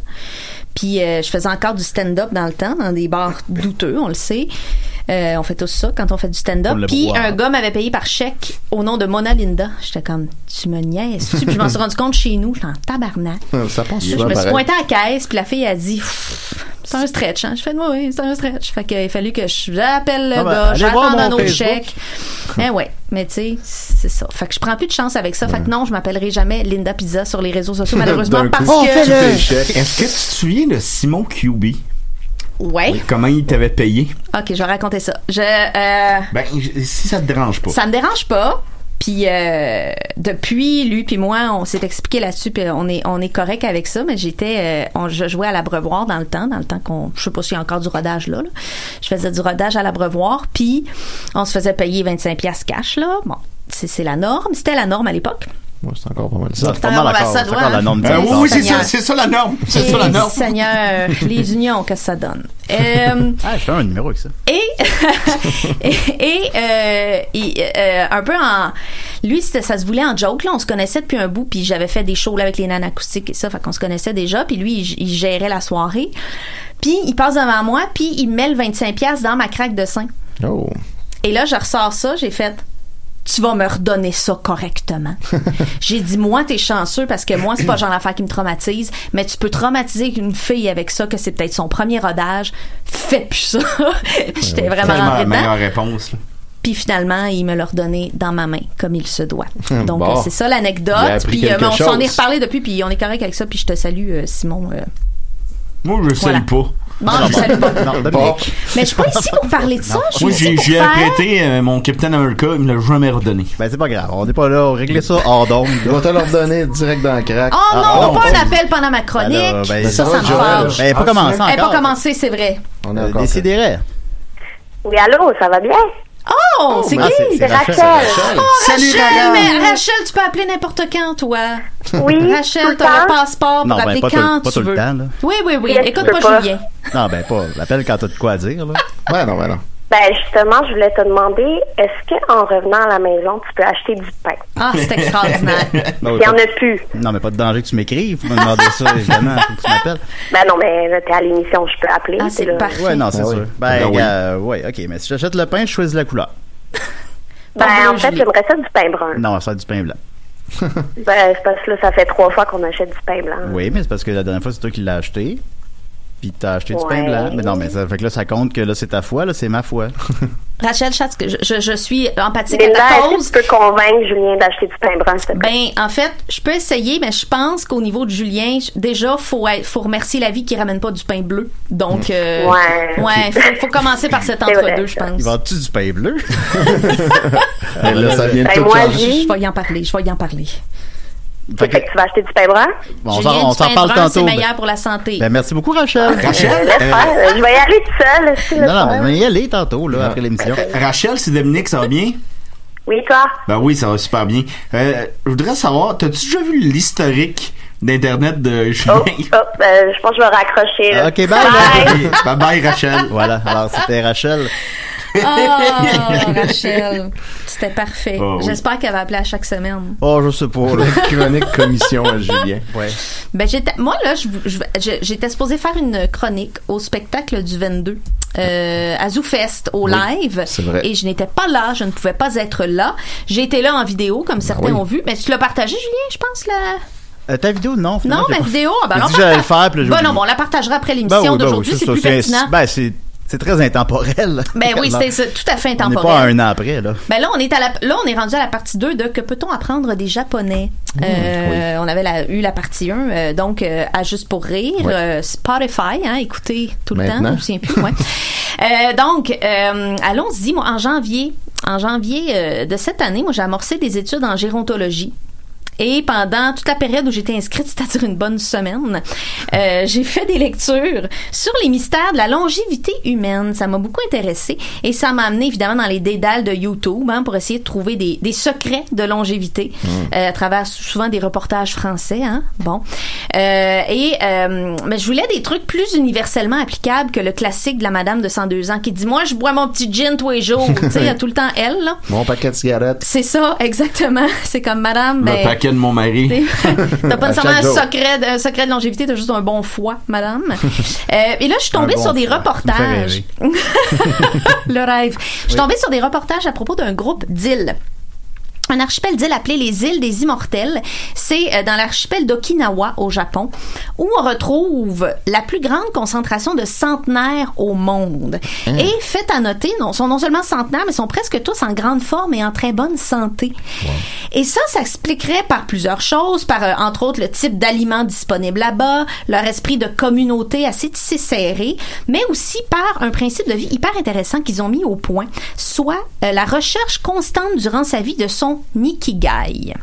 E: Puis euh, je faisais encore du stand-up dans le temps, dans des bars douteux, on le sait. Euh, on fait tous ça quand on fait du
C: Pour
E: stand-up.
C: le
E: Puis
C: boire.
E: un gars m'avait payé par chèque au nom de Mona Linda. J'étais comme, tu me niaises. Puis je m'en suis rendu compte chez nous, j'étais en tabarnak.
D: Ça passe
E: Je
D: souvent
E: me suis
D: pareil.
E: pointée à la caisse, puis la fille a dit Pff, c'est un stretch. Hein? Je fais oui, oui, c'est un stretch. Fait qu'il a fallu que je- j'appelle le
C: Ah ben,
E: gars,
C: allez
E: j'attends
C: voir mon
E: un autre
C: Facebook.
E: chèque. Eh ouais, mais tu sais, c'est ça. Fait que je prends plus de chance avec ça. Fait que non, je m'appellerai jamais Linda Pizza sur les réseaux sociaux, malheureusement,
D: D'un
E: parce
D: coup,
E: que.
D: tout est chèque.
F: Est-ce que tu te souviens de Simon QB?
C: Eh?
E: Ouais.
F: Comment il t'avait payé?
E: Ok, je vais raconter ça. Je. euh,
F: Ben, j- si ça te dérange pas.
E: Ça me dérange pas. Puis euh, depuis, lui puis moi, on s'est expliqué là-dessus, puis on est on est correct avec ça. Mais j'étais, euh, on, je jouais à l'abreuvoir dans le temps, dans le temps qu'on, je sais pas s'il y a encore du rodage là, là. Je faisais du rodage à l'abreuvoir, puis on se faisait payer 25 pièces cash là. Bon, c'est c'est la norme, c'était la norme à l'époque.
D: Ouais, c'est encore pas mal ça.
C: Ça, c'est pas mal
E: Ah, bah,
C: encore.
E: ça
C: C'est
E: doit,
C: encore la
E: hein.
C: norme
F: Ben oui, oui, c'est ça,
E: Seigneur.
F: c'est ça la norme. C'est ça la
E: Et,
F: norme.
E: Seigneur, les unions, qu'est-ce que ça donne Euh,
C: Ah, je fais un numéro avec ça.
E: Et, et, et, euh, il, euh, un peu en. Lui, c'était- ça se voulait en joke, là. On se connaissait depuis un bout, puis j'avais fait des shows là, avec les nanas acoustiques et ça, fait qu'on se connaissait déjà, puis lui, il, g- il gérait la soirée. Puis il passe devant moi, puis il met le 25$ dans ma craque de sein.
D: Oh.
E: Et là, je ressors ça, j'ai fait. Tu vas me redonner ça correctement. J'ai dit, moi, t'es chanceux parce que moi, c'est pas genre l'affaire qui me traumatise, mais tu peux traumatiser une fille avec ça, que c'est peut-être son premier rodage. Fais plus ça. J'étais vraiment
F: Tellement
E: rentrée
F: la
E: dedans.
F: meilleure réponse. là.
E: Puis finalement, il me l'a redonné dans ma main, comme il se doit. Donc,
D: Bon.
E: euh, c'est ça
D: Il a
E: l'anecdote.
D: appris
E: Puis euh,
D: quelque
E: on s'en est
D: chose.
E: reparlé depuis, puis on est correct avec ça. Puis je te salue, euh, Simon. euh.
F: Moi, je sais
E: Voilà.
F: pas.
E: Bon, je te salue pas.
C: Non,
D: Bon.
C: Dominique.
E: Mais je suis pas ici pour parler de ça. Je suis
F: Moi,
E: ici
F: j'ai
E: pour
F: j'ai
E: faire...
F: apprêté euh, mon Captain America, il me l'a jamais redonné.
C: Ben, c'est pas grave. On n'est pas là. On réglait ça hors d'onde.
D: Je vais te leur donner direct dans le crack.
E: Oh non,
C: Ah, non,
E: pas
C: pas
E: un appel pendant ma chronique.
C: Alors, ben,
E: ça,
D: ça
E: ça
D: va,
E: me
D: Joël. Ah,
E: fâche.
C: Ben, elle a pas commencé
E: Elle n'a
C: encore.
E: pas commencé, c'est vrai.
D: On est
C: Euh,
D: encore.
C: Décidérez.
I: Oui, allô, ça va bien?
E: Oh, c'est
C: Ah,
E: qui?
C: c'est Rachel.
E: Oh,
F: Salut,
E: Rachel,
F: Rara.
E: mais Rachel, tu peux appeler n'importe quand, toi.
I: Oui, tout
E: Rachel,
I: le
E: t'as le
I: temps.
E: passeport pour
C: Non, ben,
E: appeler
C: pas tout-
E: quand
C: pas
E: tu
C: tout le
E: veux.
C: temps, là.
E: Oui, oui, oui.
I: Yes,
E: Écoute
I: je
E: pas,
I: peux pas.
E: Julien.
C: Non, ben, pas. L'appel quand t'as de quoi dire, là.
D: Ouais, non, mais non.
I: Ben justement, je voulais te demander, est-ce qu'en revenant à la maison, tu peux acheter du pain?
E: Ah, c'est extraordinaire.
C: Non,
I: Il
C: mais
I: n'y
C: pas-
I: en a plus.
C: Non, mais pas de danger que tu m'écrives. Vous me demandez ça, évidemment. Faut que tu m'appelles.
I: Ben non, mais là, t'es à l'émission, je peux appeler.
E: Ah,
I: puis
E: c'est
I: là-
E: parfait.
C: Ouais, non, c'est
D: Ah oui.
C: sûr. Ben,
F: Ah oui.
C: euh, ouais, ok. Mais si j'achète le pain, je choisis la couleur.
I: Ben
E: Pardon,
I: en fait,
E: Julie.
I: j'aimerais ça du pain brun.
C: Non, ça va être du pain blanc.
I: Ben c'est parce que là, ça fait trois fois qu'on achète du pain blanc.
C: Oui, mais c'est parce que la dernière fois, c'est toi qui l'as acheté. Puis t'as acheté du pain
I: Ouais.
C: blanc. Mais non, mais ça fait que là, ça compte que là, c'est ta foi, là, c'est ma foi.
E: Rachel, Chatz, que je, je, je suis empathique
I: Mais
E: à ta
I: là, est-ce que
E: cause.
I: tu peux convaincre Julien d'acheter du pain brun, s'il te plaît?
E: Ben, en fait, je peux essayer, mais je pense qu'au niveau de Julien, je- déjà, faut, être- faut remercier la vie qui ramène pas du pain bleu. Donc, euh,
I: Ouais.
E: ouais, faut, faut commencer par cet
I: C'est vrai,
E: entre-deux, je
I: ça.
E: pense.
C: Il vend-tu du pain bleu?
D: Mais Eh, là, ça vient de
I: Ben,
D: tout
I: moi,
D: changer.
I: j'ai-
E: Je vais y en parler, je vais y en parler.
C: Fait
I: Fait
C: que-
I: que tu vas acheter du pain brun?
C: Bon, on
E: Julien,
C: s'en- on
E: du
C: s'en
E: pain
C: parle
E: brun,
C: tantôt.
E: C'est
C: mais-
E: meilleur pour la santé.
C: Ben, merci beaucoup, Rachel.
I: Euh,
F: Rachel,
I: laisse
F: euh,
I: faire. Je vais y aller tout seul. est-ce que
C: Non,
I: le
C: non, mais
I: soir?
C: on va y aller tantôt, là, après l'émission.
F: Rachel, c'est Dominique, ça va bien?
I: Oui, toi?
F: Ben oui, ça va super bien. Euh, je voudrais savoir, t'as-tu déjà vu l'historique d'Internet de Julien?
I: Oh, oh, euh, je pense que je vais raccrocher. là.
C: Ok, bye, bye.
F: bye bye, Rachel.
C: Voilà, alors c'était Rachel.
E: Oh, Rachel, c'était parfait.
F: Oh, oui.
E: J'espère qu'elle va appeler à chaque semaine.
C: Oh, je sais pas, là.
E: Euh,
D: Chronique commission à Julien.
C: Ouais.
E: Ben, j'étais, moi, là, je- je- je- j'étais supposée faire une chronique au spectacle du 22. Euh, à ZooFest au
D: Oui,
E: live
D: c'est vrai.
E: et je n'étais pas là je ne pouvais pas être là j'ai été là en vidéo
C: Ben
E: comme certains
D: oui.
E: ont vu mais tu l'as partagé Julien je pense là
C: Euh, ta vidéo, non?
E: non
C: finalement, j'ai
E: ma
C: pas-
E: vidéo ah, ben,
C: J'ai
E: on
C: dit que j'allais le
E: partage-
C: faire, puis là, j'ai
E: Ben
C: oublié.
E: non bon, on la partagera après
C: Ben oui,
E: l'émission
C: ben oui,
E: d'aujourd'hui c'est
C: ça,
E: plus pertinent
C: Ben, c'est c'est très intemporel.
E: ben oui
C: Non.
E: c'était c'est tout à fait
C: On n'est
E: intemporel
C: pas à un an après, là.
E: Ben là, on est à la, là, on est rendu à la partie 2 de que peut-on apprendre des Japonais. Euh, On avait la- eu la partie 1, euh, donc euh, à juste pour rire,
D: Ouais.
E: euh, Spotify, hein, écoutez tout le temps, je
D: Maintenant.
E: me souviens plus. Ouais. Euh, donc, euh, allons-y. Moi, en janvier, en janvier euh, de cette année, moi, j'ai amorcé des études en gérontologie. Et pendant toute la période où j'étais inscrite, c'est-à-dire une bonne semaine, euh, j'ai fait des lectures sur les mystères de la longévité humaine. Ça m'a beaucoup intéressée et ça m'a amené évidemment dans les dédales de YouTube hein, pour essayer de trouver des, des secrets de longévité
J: Mm.
E: euh, à travers souvent des reportages français. Hein? Bon. Euh, et euh, mais je voulais des trucs plus universellement applicables que le classique de la madame de 102 ans qui dit Moi, je bois mon petit gin tous les jours. tu sais, il y a tout le temps elle. Là.
D: Mon paquet de cigarettes.
E: C'est ça, exactement. C'est comme madame.
F: Le
E: ben,
F: paquet de mon mari.
E: T'as pas
F: À
E: nécessairement
F: chaque
E: un
F: jour.
E: secret, de, un secret de longévité, t'as juste un bon foie, madame. Euh, et là, je suis tombée
F: Un bon
E: sur des
F: foie. Ça me fait
E: reportages.
F: rêver.
E: Le rêve. Je suis
F: Oui.
E: tombée sur des reportages à propos d'un groupe d'îles. Un archipel d'îles appelé les îles des Immortels, c'est euh, dans l'archipel d'Okinawa au Japon, où on retrouve la plus grande concentration de centenaires au monde.
J: Hein.
E: Et fait à noter, non, sont non seulement centenaires, mais sont presque tous en grande forme et en très bonne santé. Et ça, ça expliquerait par plusieurs choses, par euh, entre autres le type d'aliments disponibles là-bas, leur esprit de communauté assez tissé serré, mais aussi par un principe de vie hyper intéressant qu'ils ont mis au point, soit euh, la recherche constante durant sa vie de son ikigai.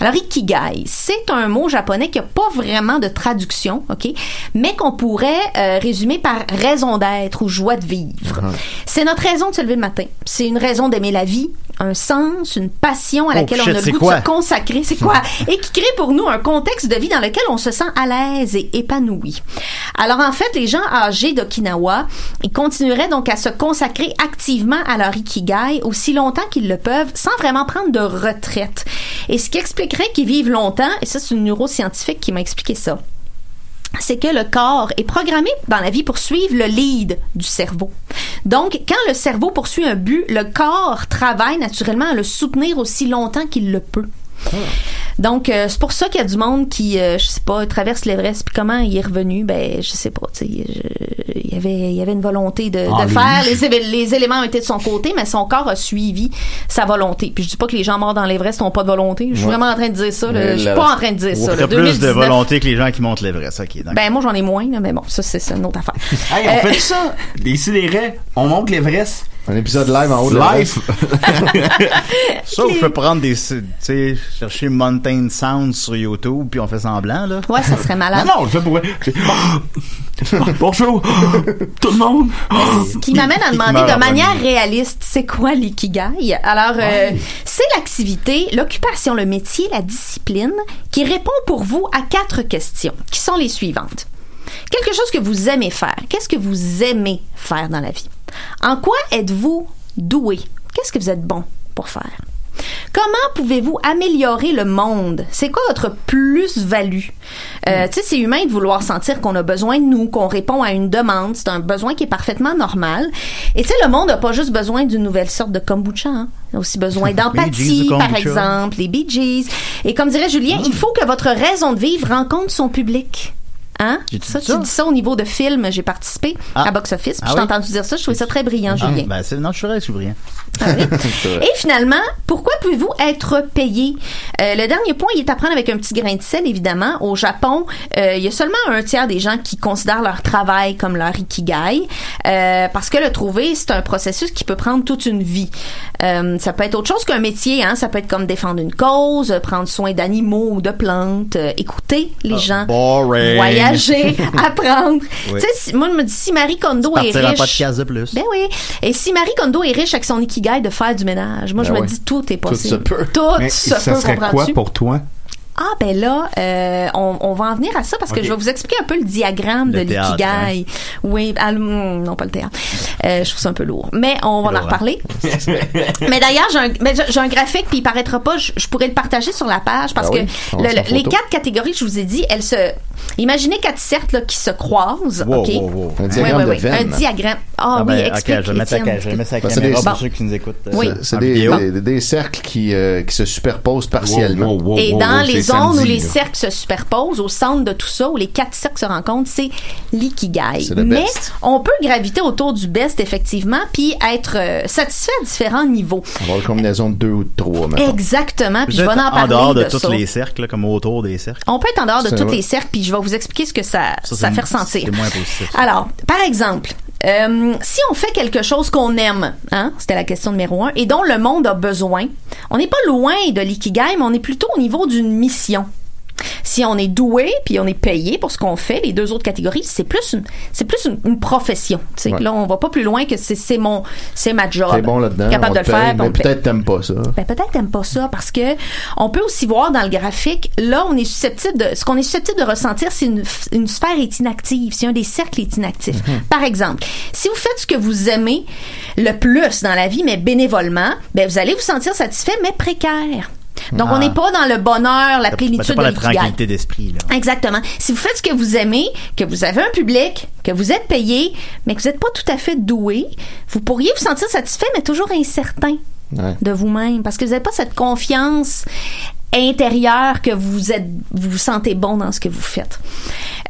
E: Alors, ikigai, c'est un mot japonais qui n'a pas vraiment de traduction, OK? Mais qu'on pourrait euh, résumer par raison d'être ou joie de vivre. C'est notre raison de se lever le matin. C'est une raison d'aimer la vie, un sens, une passion à
J: Oh,
E: laquelle
J: shit,
E: on a
J: c'est
E: le goût
J: quoi?
E: de se consacrer. C'est quoi? et qui crée pour nous un contexte de vie dans lequel on se sent à l'aise et épanoui. Alors, en fait, les gens âgés d'Okinawa, ils continueraient donc à se consacrer activement à leur ikigai aussi longtemps qu'ils le peuvent, sans vraiment prendre de retraite. Et ce qui expliquerait qu'ils vivent longtemps, et ça, c'est une neuroscientifique qui m'a expliqué ça c'est que le corps est programmé dans la vie pour suivre le lead du cerveau. Donc, quand le cerveau poursuit un but, le corps travaille naturellement à le soutenir aussi longtemps qu'il le peut. Donc, euh, c'est pour ça qu'il y a du monde qui, euh, je sais pas, traverse l'Everest. Puis comment il est revenu? Ben, je sais pas. tu sais, je- Il y avait, il y avait une volonté de,
J: Ah,
E: de
J: lui.
E: faire. Les, éve- les éléments ont été de son côté, mais son corps a suivi sa volonté. Puis je dis pas que les gens morts dans l'Everest n'ont pas de volonté. Je suis
C: Ouais.
E: vraiment en train de dire ça. là.
C: Mais
E: Je suis
C: là,
E: pas en train de dire ça.
C: T'as
E: là.
C: plus de
E: 2019.
C: volonté que les gens qui montent l'Everest. OK, donc.
E: Ben moi j'en ai moins, là, mais bon, ça c'est ça, une autre affaire.
F: Hey, on
E: Euh,
F: fait ça. Les sidérés, on monte l'Everest.
D: Un épisode live en haut de
F: Live.
C: Ça, on peut prendre des. Tu sais, chercher Mountain Sound sur YouTube, puis on fait semblant, là.
E: Ouais, ça serait
F: Ah
E: malade.
C: non, non, je fais pour.
F: Bonjour, tout le monde.
E: Ce qui m'amène à
F: Il
E: demander
F: meurt
E: de
F: en
E: manière
F: premier.
E: réaliste, c'est quoi l'ikigai? Alors, euh, c'est l'activité, l'occupation, le métier, la discipline qui répond pour vous à quatre questions qui sont les suivantes. Quelque chose que vous aimez faire. Qu'est-ce que vous aimez faire dans la vie? En quoi êtes-vous doué? Qu'est-ce que vous êtes bon pour faire? Comment pouvez-vous améliorer le monde? C'est quoi votre plus-value? Euh, Tu sais, c'est humain de vouloir sentir qu'on a besoin de nous, qu'on répond à une demande. C'est un besoin qui est parfaitement normal. Et tu sais, le monde n'a pas juste besoin d'une nouvelle sorte de kombucha. hein. Il a aussi besoin
J: Bee Gees
E: d'empathie,
J: de
E: par
J: kombucha.
E: exemple, les Bee Gees. Et comme dirait Julien,
C: Hmm.
E: il faut que votre raison de vivre rencontre son public. Hein?
C: J'ai-tu
E: Ça,
C: dit
E: tu
C: ça?
E: dis ça au niveau de film. J'ai participé
C: Ah.
E: à Box Office. puis
C: Ah
E: je t'ai
C: oui?
E: entendu dire ça. Je trouvais ça très brillant,
C: Ah,
E: Julien.
C: ben, c'est- non, je serais sourire.
E: Et finalement, pourquoi pouvez-vous être payé? Euh, le dernier point, il est à prendre avec un petit grain de sel, évidemment. Au Japon, euh, il y a seulement un tiers des gens qui considèrent leur travail comme leur ikigai, euh, parce que le trouver, c'est un processus qui peut prendre toute une vie. Euh, ça peut être autre chose qu'un métier, hein? ça peut être comme défendre une cause, euh, prendre soin d'animaux ou de plantes, euh, écouter les gens,
C: Ah, boring.
E: voyager, apprendre.
C: Oui.
E: Tu sais, si- moi, je me dis, si Marie Kondo est
C: Partir un
E: riche...
C: podcast de plus.
E: Ben oui. Et si Marie Kondo est riche avec son ikigai de faire du ménage, moi, je
F: Ben
E: me
F: ouais.
E: dis tout est
F: Tout se
E: possible.
F: peut.
E: Tout
F: Mais
E: se
F: ça
E: peut,
F: serait quoi
E: comprends-tu?
F: pour toi?
E: Ah, ben là, euh, on, on va en venir à ça parce que
F: Ok.
E: je vais vous expliquer un peu le diagramme
F: Le
E: de
F: théâtre,
E: l'ikigai.
C: hein?
E: Oui, ah, hum, non, pas le théâtre. Euh, je trouve ça un peu lourd. Mais on va en
C: hein?
E: reparler. Mais d'ailleurs, j'ai un, mais j'ai- j'ai un graphique, puis il paraîtra pas. Je, je pourrais le partager sur la page parce
J: Ah
C: Ben
J: oui,
E: que
J: on va
E: le-
J: se
E: le-
J: en photo.
E: les quatre catégories que je vous ai dit, elles se. Imaginez quatre cercles là, qui se croisent.
C: Wow,
E: ok?
C: wow, wow. Un
E: Ouais,
C: diagramme
E: ouais,
C: de
E: ouais.
C: veine.
E: Un diagramme. Ah
C: Ah,
E: oui,
C: ben, ok,
E: explique.
C: je vais mettre la
E: Étienne.
C: ca- je vais mettre la
D: Ben, c'est
C: caméra
D: des-
C: pour ceux qui nous écoutent. euh,
E: Oui.
D: C'est
C: en
D: des,
C: vidéo.
D: des, des cercles qui, euh, qui se superposent partiellement.
E: Et dans les zones où les cercles se superposent, au centre de tout ça, où les quatre cercles se rencontrent, c'est l'ikigai.
D: C'est le
E: Mais
D: best.
E: on peut graviter autour du best, effectivement, puis être euh, satisfait à différents niveaux.
D: avoir une combinaison de deux ou de trois. mettons.
E: Exactement, puis je
C: Vous
E: vais en
C: êtes
E: parler.
C: en dehors de,
E: de
C: tous
E: ça.
C: les cercles, là, comme autour des cercles.
E: On peut être en dehors de
C: C'est
E: tous
C: vrai.
E: les cercles, puis je vais vous expliquer ce que ça, ça,
C: c'est-
E: fait ressentir.
C: C'est moins positif.
E: Alors, par exemple, Euh, si on fait quelque chose qu'on aime, hein, c'était la question numéro un, et dont le monde a besoin, on n'est pas loin de l'ikigai, mais on est plutôt au niveau d'une mission. Si on est doué puis on est payé pour ce qu'on fait, les deux autres catégories, c'est plus une, c'est plus une, une profession. tu sais.
D: Ouais.
E: Là, on va pas plus loin que c'est, c'est mon, c'est ma job.
D: T'es bon là-dedans.
E: Capable
D: on
E: de le
D: te paye,
E: faire. puis on
D: Mais
E: te paye.
D: peut-être t'aimes pas ça.
E: Ben, peut-être t'aimes pas ça parce que on peut aussi voir dans le graphique, là, on est susceptible de, ce qu'on est susceptible de ressentir si une, f- une sphère est inactive, si un des cercles est inactif.
J: Mhm.
E: Par exemple, si vous faites ce que vous aimez le plus dans la vie, mais bénévolement, ben, vous allez vous sentir satisfait, mais précaire. Donc,
C: Ah.
E: on n'est pas dans le bonheur, la
C: Ben,
E: plénitude
C: t'as pas la
E: de l'ikigai.
C: tranquillité d'esprit, là.
E: Exactement. Si vous faites ce que vous aimez, que vous avez un public, que vous êtes payé, mais que vous n'êtes pas tout à fait doué, vous pourriez vous sentir satisfait, mais toujours incertain de vous-même, parce que vous n'avez pas cette confiance intérieure que vous êtes, vous vous sentez bon dans ce que vous faites.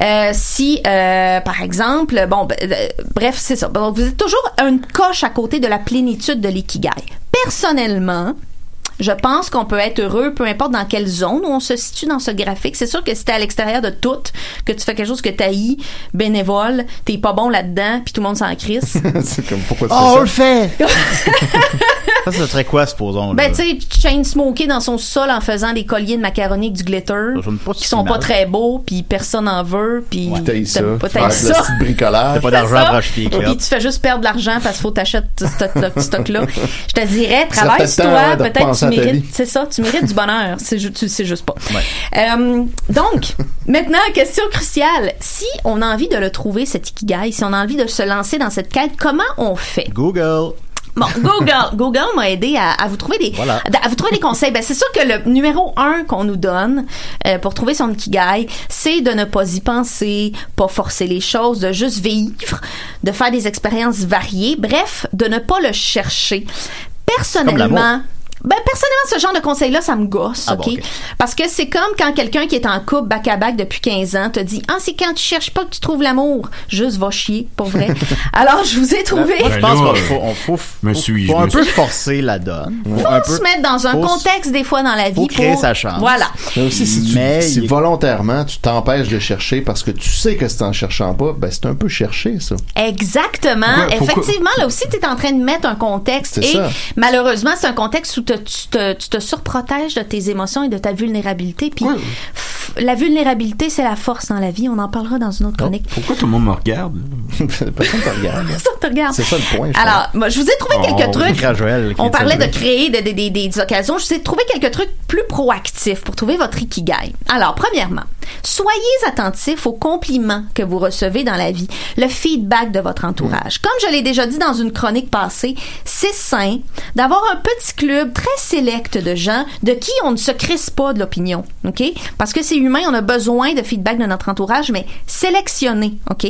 E: Euh, si, euh, par exemple, bon, ben, euh, bref, c'est ça. Donc, vous êtes toujours une coche à côté de la plénitude de l'ikigai. Personnellement, je pense qu'on peut être heureux peu importe dans quelle zone où on se situe dans ce graphique. C'est sûr que si t'es à l'extérieur de tout, que tu fais quelque chose que t'haïs, bénévole, t'es pas bon là-dedans, puis tout le monde s'en crisse.
D: c'est comme pourquoi tu
C: Oh,
D: fais
C: on le
D: ça?
C: fait! ça, ce serait quoi, supposons? là?
E: Ben, tu sais, chain smoker dans son sol en faisant des colliers de macaroni avec du glitter,
C: Ça sonne pas
E: qui
C: si
E: sont pas
C: mal.
E: très beaux, puis personne en veut, puis
D: Ouais. T'haïs ça.
E: t'aimes pas
D: Faire
E: t'haïs
D: de la
E: ça.
D: petite bricolage. T'as pas d'argent
E: C'est
D: pour
E: ça.
D: acheter des
E: Puis
D: clopes.
E: tu fais juste perdre de l'argent parce qu'il faut t'achètes ce stock-là. ce stock-là. Je te dirais,
D: Ça
E: travaille
D: fait
E: sur
D: tant, ouais,
E: toi,
D: de
E: peut-être
D: penser
E: tu
D: à ta vie.
E: mérites, c'est ça, tu mérites du bonheur. C'est ju- tu le sais juste pas. Euh, donc, maintenant, question cruciale. Si on a envie de le trouver, cet ikigai, si on a envie de se lancer dans cette quête, comment on fait?
C: Google.
E: Bon, Google, Google m'a aidé à, à vous trouver des, à vous trouver des conseils. Ben, c'est sûr que le numéro un qu'on nous donne euh, pour trouver son ikigai, c'est de ne pas y penser, pas forcer les choses, de juste vivre, de faire des expériences variées. Bref, de ne pas le chercher.
J: Comme
E: Personnellement.
J: l'amour.
E: Ben, personnellement, ce genre de conseil-là, ça me gosse,
J: Ah
E: OK?
J: bon, ok.
E: Parce que c'est comme quand quelqu'un qui est en couple back-à-back depuis 15 ans te dit « Ah, c'est quand tu cherches pas que tu trouves l'amour. Juste va chier, pour vrai. » Alors, je vous ai trouvé...
C: Moi, je pense qu'on faut, on faut,
H: Me
C: faut-
H: suis-
C: faut
H: je
C: un
H: me
C: peu
H: suis-
C: forcer la donne.
E: faut
C: un peu-
E: se mettre dans un
C: faut-
E: contexte des fois dans la vie
C: faut créer
E: pour-
C: sa chance.
E: Voilà.
D: Mais aussi, si, tu,
C: Mais
D: si
C: il-
D: volontairement tu t'empêches de chercher parce que tu sais que c'est en cherchant pas, ben c'est un peu chercher ça.
E: Exactement.
D: Pourquoi- pourquoi-
E: Effectivement, là aussi, tu es en train de mettre un contexte.
D: C'est
E: Et
D: ça.
E: malheureusement, c'est un contexte où te- tu, te, tu te surprotèges de tes émotions et de ta vulnérabilité. Puis f- la vulnérabilité, c'est la force dans la vie. On en parlera dans une autre
D: Oh.
E: chronique.
H: Pourquoi tout le monde me regarde?
D: Personne te regarde.
E: Ça, on te regarde.
D: C'est ça le point. je
E: Ah. Alors, moi, je vous ai trouvé
D: On-
E: quelques trucs.
D: on- Joël qui
E: on
D: est
E: parlait de
D: salué.
E: créer des, des- des- des occasions. Je vous ai trouvé quelques trucs plus proactifs pour trouver votre ikigai. Alors, premièrement, soyez attentifs aux compliments que vous recevez dans la vie, le feedback de votre entourage. Comme je l'ai déjà dit dans une chronique passée, c'est sain d'avoir un petit club très sélect de gens de qui on ne se crisse pas de l'opinion, OK? Parce que c'est humain, on a besoin de feedback de notre entourage, mais sélectionnez, OK?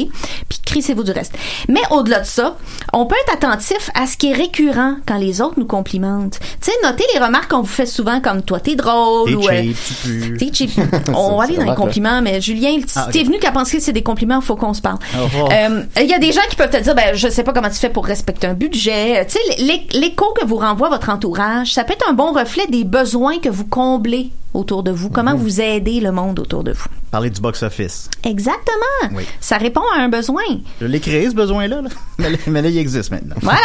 E: Puis crissez-vous du reste. Mais au-delà de ça, on peut être attentif à ce qui est récurrent quand les autres nous complimentent. Tu sais, notez les remarques qu'on vous fait souvent comme toi, t'es drôle
J: T'es
E: ou euh,
J: cheap, tu pues.
E: t'es cheap. On va
J: Ça, ça
E: aller dans les
J: marche, là.
E: compliments, mais Julien, si
J: Ah, ok.
E: t'es venu qu'à penser que c'est des compliments, faut qu'on se parle.
J: Au revoir.
E: Euh, Il y a des gens qui peuvent te dire, ben, je sais pas comment tu fais pour respecter un budget. Euh, Tu sais, l'é- l'écho que vous renvoie votre entourage, ça peut être un bon reflet des besoins que vous comblez autour de vous. Comment vous aidez le monde autour de vous.
C: Parler du box-office.
E: Exactement.
C: Oui.
E: Ça répond à un besoin.
C: Je l'ai créé, ce besoin-là. là. Mais, là- mais là, il existe maintenant.
E: Voilà.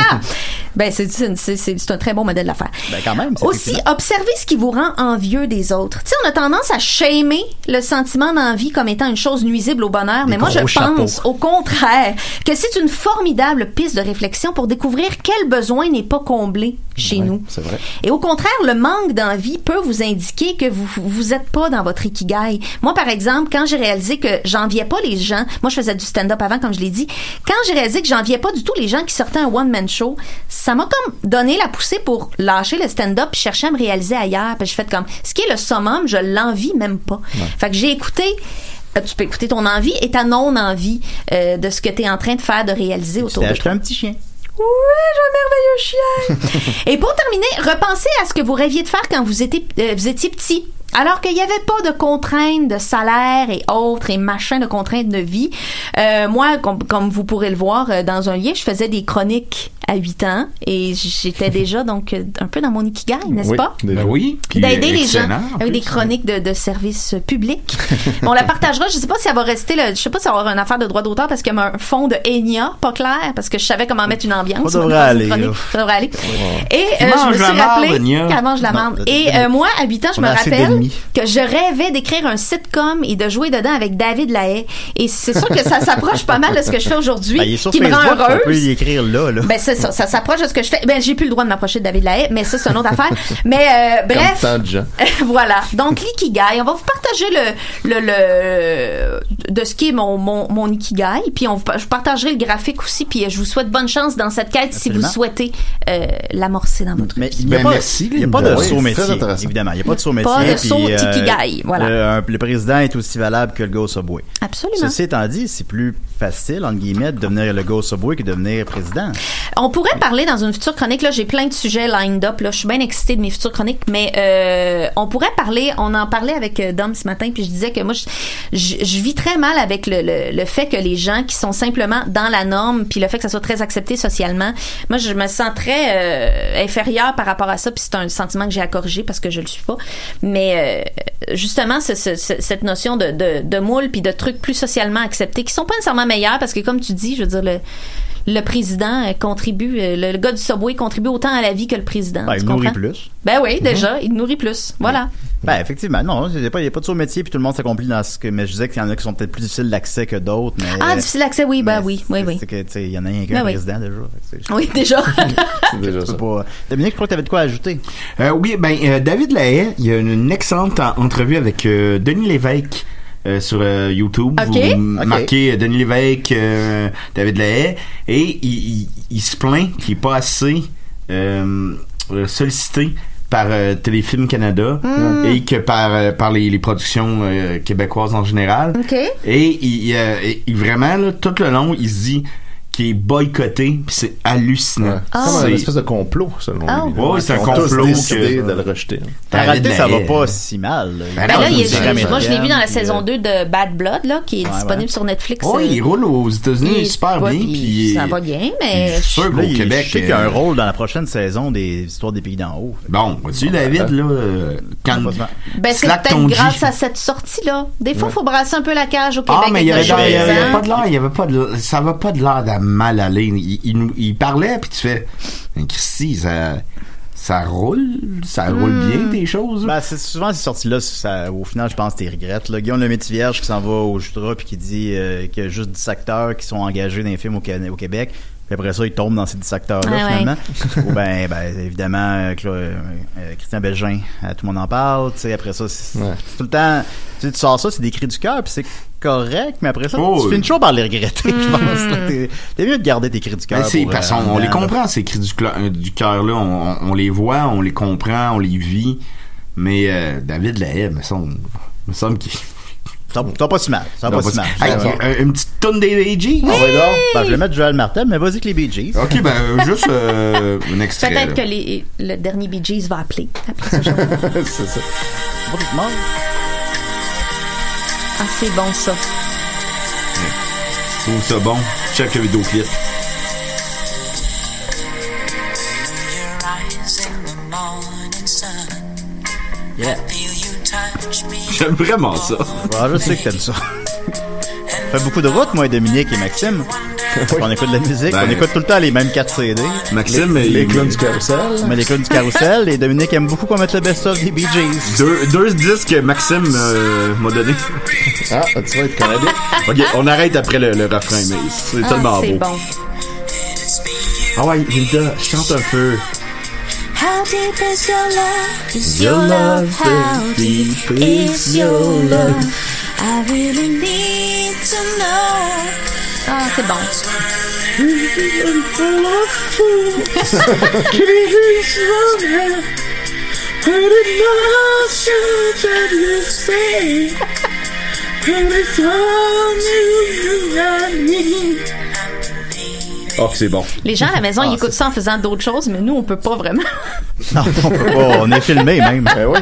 E: ben, c'est- c'est c'est- c'est un très bon modèle d'affaires.
C: Ben, quand même. c'est
E: Aussi,
C: excitant.
E: observez ce qui vous rend envieux des autres. Tu sais, on a tendance à shamer le sentiment d'envie comme étant une chose nuisible au bonheur, mais moi, je
J: gros
E: pense
J: chapeaux.
E: au contraire que c'est une formidable piste de réflexion pour découvrir quel besoin n'est pas comblé chez nous.
D: C'est vrai.
E: Et au contraire, le manque d'envie peut vous indiquer que vous vous êtes pas dans votre ikigai. Moi, par exemple, quand j'ai réalisé que j'enviais pas les gens, moi je faisais du stand-up avant, comme je l'ai dit. Quand j'ai réalisé que j'enviais pas du tout les gens qui sortaient un one-man show, ça m'a comme donné la poussée pour lâcher le stand-up puis chercher à me réaliser ailleurs. Puis je fait comme, ce qui est le summum, je l'envie même pas. Fait que j'ai écouté. euh, Tu peux écouter ton envie et ta non-envie euh, de ce que tu es en train de faire, de réaliser autour
C: t'es
E: de
C: acheté
E: toi.
C: un petit chien.
E: Oui, j'ai un merveilleux chien. Et pour terminer, repensez à ce que vous rêviez de faire quand vous étiez, euh, vous étiez petit. Alors qu'il n'y avait pas de contraintes de salaire et autres et machin de contraintes de vie. Euh, moi, com- comme vous pourrez le voir euh, dans un lien, je faisais des chroniques à 8 ans et j'étais déjà donc euh, un peu dans mon ikigai, n'est-ce
H: Oui,
E: pas?
H: déjà. Ben oui, puis
F: euh,
E: D'aider les gens
H: excellent, en
E: avec des
H: plus.
E: chroniques de, de services publics. On la partagera. Je sais pas si elle va rester là. Je sais pas si elle aura une affaire de droit d'auteur parce qu'il y a un fond de Enya pas clair parce que je savais comment mettre une ambiance.
C: Ça devrait
E: dans Hein, une
C: aller,
E: chronique.
C: là.
E: Ça devrait aller. Et euh,
C: Mange
E: je me suis
C: la marde,
E: rappelé
C: Enya.
E: qu'elle mange la
C: Non,
E: marde.
C: euh,
E: Et euh, moi, à 8 ans, je
C: on
E: me
C: a assez
E: rappelle
C: d'ennemis.
E: que je rêvais d'écrire un sitcom et de jouer dedans avec David Lahaye. Et c'est sûr que ça s'approche pas mal de ce que je fais aujourd'hui.
C: Ben, il est sur
E: qui me rend
C: Facebook, on peut
E: heureuse.
C: y écrire là, là.
E: Ben c'est ça, ça s'approche de ce que je fais. Ben j'ai plus le droit de m'approcher de David Lahaye, mais ça c'est une autre affaire. Mais euh, bref,
D: Comme tant de gens.
E: voilà. Donc l'ikigai, on va vous partager le, le, le de ce qui est mon, mon, mon ikigai, puis on vous, je vous partagerai le graphique aussi, puis euh, je vous souhaite bonne chance dans cette quête si vous
C: Absolument.
E: souhaitez euh, l'amorcer dans votre
C: Mais
E: vie.
C: il n'y a, pas- il y a pas de
D: Ben, Oui,
C: saut
D: c'est
C: métier,
D: très intéressant.
C: évidemment. Il n'y a pas de saut métier.
E: Pas de saut
C: puis, euh,
E: ikigai, voilà.
C: Le, un- le président est aussi valable que le go subway.
E: Absolument.
C: Ceci étant dit, c'est plus facile, entre guillemets, de devenir le go subway que de devenir président.
E: On pourrait parler dans une future chronique. Là, j'ai plein de sujets lined up. Là, je suis bien excitée de mes futures chroniques, mais euh, on pourrait parler. On en parlait avec euh, Dom ce matin, puis je disais que moi, je, je, je vis très mal avec le, le- le fait que les gens qui sont simplement dans la norme, puis le fait que ça soit très accepté socialement. Moi, je me sens très euh, inférieure par rapport à ça, puis c'est un sentiment que j'ai à corriger parce que je le suis pas. Mais euh, justement, ce- ce- ce- cette notion de, de, de moule puis de trucs plus socialement acceptés qui sont pas nécessairement meilleurs parce que comme tu dis, je veux dire le le président euh, contribue, euh, le, le gars du Subway contribue autant à la vie que le président.
C: Ben,
E: tu
C: il nourrit
E: comprends?
C: plus. Mhm.
E: Ben oui, déjà, il nourrit plus. Voilà.
C: Ben, effectivement, non, il n'y a pas, il y a pas de saut métier, puis tout le monde s'accomplit dans ce que. Mais je disais qu'il y en a qui sont peut-être plus difficiles d'accès que d'autres. mais-
E: Ah, difficile d'accès, oui, ben oui, oui, oui.
C: C'est que, tu sais, il y en a un qui est
E: Ben
C: un
E: oui.
C: président déjà. Fait que c'est-
E: Oui, déjà.
C: c'est déjà ça. Pas... euh, Dominique, je crois que tu avais de quoi ajouter.
F: Euh, oui, ben euh, David Lahaye, il y a une, excellente en- entrevue avec euh, Denis Lévesque. euh, sur euh, YouTube,
E: Ok.
F: vous
E: Ok.
F: marquez euh, Denis Lévesque, euh, David Lahaye, et il, il- il se plaint qu'il n'est pas assez euh, euh, sollicité par euh, Téléfilm Canada
C: Hmm.
E: Mm.
F: et que par, euh, par les, les productions euh, québécoises en général.
E: OK.
F: Et il, euh, et- il- vraiment, là, tout le long, il se dit qu'il est boycotté, puis c'est hallucinant.
D: C'est comme
F: C'est-
D: une espèce de complot, selon
E: Ah.
D: lui.
F: Ouais, c'est un
D: Ils ont tous
F: complot
D: décidé
F: que-
D: de le rejeter.
C: En réalité, ça va
F: David Lahaye.
C: pas si mal. là.
F: Ben
E: Ben là, il est-
F: c'est jamais
E: moi, je l'ai vu dans la
C: Puis, euh,
E: saison 2 de Bad Blood, là, qui est
C: Ouais,
E: disponible
C: ouais.
E: sur Netflix.
F: Oui,
E: euh,
F: il roule aux États-Unis
E: il-
F: super
E: ouais,
F: bien.
E: puis
F: Puis,
E: ça va bien, mais
F: je suis sûr
C: Là,
F: qu'au
C: il-
F: Québec.
C: Je sais qu'il y a un
F: euh,
C: rôle dans la prochaine saison des histoires des pays d'en haut.
F: Bon, vois-tu, David, là, euh, quand.
E: Ben, c'est
F: slack
E: peut-être
F: ton G.
E: grâce à cette sortie-là. euh, Des fois, il faut brasser un peu la cage au Québec.
F: Ah, mais il y avait,
E: avec nos
F: il y avait- il y avait
E: jeunes
F: pas de
E: gens.
F: l'air, il y avait pas de, ça va pas de l'air d'un mal aller. Il, il, nous- il parlait, puis tu fais, Christy, ça, ça roule, ça roule bien
E: Hmm.
F: des choses.
E: Mm.
C: Ben, c'est souvent ces sorties-là, ça- au final, je pense que t'es regrettes. Là. Guillaume Lemaitre Vierge qui s'en va au Jutra puis qui dit euh, qu'il y a juste 10 acteurs qui sont engagés dans les films au, Can- au Québec. Puis après ça, il tombe dans ces 10 acteurs-là,
E: Ah ouais.
C: finalement. Ou ben, ben, évidemment, euh, Cla- euh, euh, Christian Belgin, euh, tout le monde en parle. Tu sais, après ça, c'est
D: Ouais.
C: c'est tout le temps... Tu, sais, tu sors ça, c'est des cris du cœur, puis c'est correct, mais après ça,
F: Oh,
C: tu
F: oui.
C: finis toujours par les regretter, je pense.
E: Mm.
C: là. T'es t'es mieux de garder tes cris du
F: Mais
C: cœur.
F: Ben, c'est,
C: pour,
F: parce
C: euh,
F: qu'on on les
C: dedans, là.
F: comprend, ces cris du, cla- euh, du cœur-là. On, on- on les voit, on les comprend, on les vit. Mais euh, David Lahaye, me semble, me semble qu'il.
C: T'as t'as pas si mal. T'as Ah, pas si mal.
F: Hey,
C: Ouais, ouais.
F: un- Une petite tonne des Bee Gees?
C: On va donc. Ben, je vais mettre Joël Martel, mais vas-y que les Bee Gees.
F: Ok, ben euh, juste euh, un extrait.
E: Peut-être que
F: là.
E: les- le dernier Bee Gees va appeler.
D: C'est ça.
C: Pas tout le monde.
E: Ah, c'est bon, ça.
F: Je trouve ça bon. Check le vidéoclip.
C: Yeah.
F: J'aime vraiment ça.
C: Ouais, Bah, je sais que t'aimes ça. Fait beaucoup de route, moi, Dominique et Maxime. On écoute de la musique,
F: Ben.
C: on écoute tout le temps les mêmes 4 CD.
F: Maxime,
D: Les
F: il-
D: clowns du carousel.
C: On met les clowns du carrousel et Dominique aime beaucoup qu'on mette le best-of des Bee Gees.
F: deux, deux disques que Maxime euh, m'a donné.
D: Ah, tu vas être canadien.
F: Ok, on arrête après le, le refrain, mais c'est
E: Ah,
F: tellement
E: c'est
F: beau.
E: bon.
F: Ah ouais, Hilda, chante un peu.
E: How deep is your love? Is
F: Your love,
E: How deep is your love? I really need to know. Ah, c'est bon.
D: Ah,
F: Oh, que c'est bon.
E: Les gens à la
F: Ah,
E: maison, ils écoutent ça en faisant d'autres choses, mais nous, on peut pas vraiment.
C: Non, on peut pas. On est filmé même. Ben oui.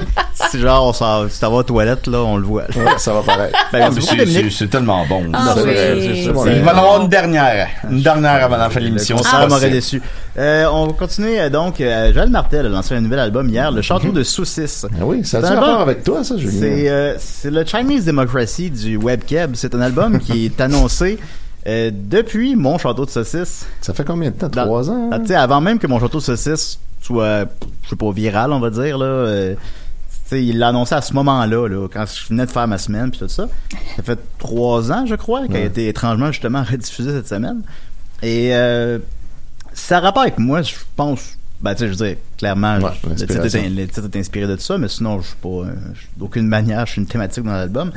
C: Si genre, on s'en- si t'en vas aux toilettes, là, on le voit. Ben, ça va paraître.
F: Ah, mais c'est- c'est- c'est tellement bon.
C: Ah
F: C'est-
C: oui.
F: c'est- c'est- Ah.
C: Bon,
F: Il
C: ben,
F: va en avoir une dernière. Une dernière avant la fin de l'émission.
C: l'émission.
F: si
C: Ça m'aurait
F: possible.
C: déçu. Euh, on va continuer euh, donc. euh, Joël Martel a lancé un nouvel album hier, Le Château
F: Mhm.
C: de Saucisse.
F: Ah
D: Ben oui, ça a
C: C'est un
D: du
C: album-
D: rapport avec toi, ça, Julien?
C: C'est euh, c'est le Chinese Democracy du Webkeb. C'est un album qui est annoncé. euh, depuis mon château de saucisse.
D: Ça fait combien de temps? Trois ans? hein?
C: Ah, tu sais, avant même que mon château de saucisse soit, je sais pas, viral, on va dire, là. euh, tu sais, il l'a annoncé à ce moment-là, là, quand je venais de faire ma semaine, puis tout ça. Ça fait trois ans, je crois, qui a
D: Ouais.
C: été étrangement, justement, rediffusé cette semaine. Et euh, ça a rapport avec moi, je pense. Ben, tu sais, je veux dire, clairement, je- le, titre
D: l'inspiration.
C: est, ben, le titre est inspiré de tout ça, mais sinon, je suis pas. euh, je suis d'aucune manière, je suis une thématique dans l'album.